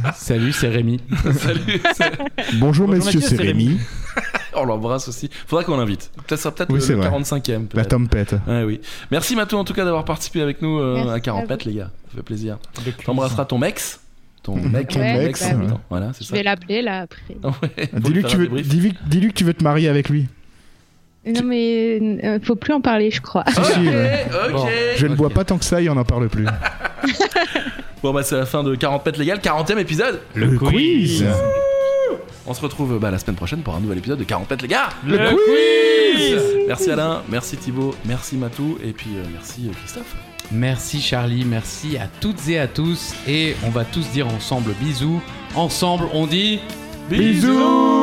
Ah. Salut, c'est Rémi. Salut Bonjour, Bonjour, messieurs, Mathieu, c'est c'est Rémi. On l'embrasse aussi. Faudra qu'on l'invite. Peut-être sera peut-être Oui, le- c'est le vrai. 45e. La peut-être. tempête. Ouais, oui. Merci Matou en tout cas d'avoir participé avec nous euh, Merci à à 40 vous. mètres les gars. Ça fait plaisir. Le quiz. T'embrasseras ton ex. Ton mec. Ton Ouais, ex. bah oui. ouais. Voilà, c'est Je ça. vais l'appeler là après. Oh. Ouais, faut Dis-lui lui que, faire un tu veux- débrief. dis-lui- dis-lui que tu veux te marier avec lui. Non, mais euh, faut plus en parler, je crois. Si, si, ouais. Eh, Ok, ok. Bon. Je ne bois pas tant que ça et on n'en parle plus. Bon, bah, c'est la fin de 40 mètres légales, 40ème épisode. Le, quiz. On se retrouve bah, la semaine prochaine pour un nouvel épisode de 40 mètres légales. Le quiz Merci Alain, merci Thibaut, merci Matou, et puis euh, merci euh, Christophe. Merci Charlie, merci à toutes et à tous. Et on va tous dire ensemble bisous. Ensemble, on dit Bisous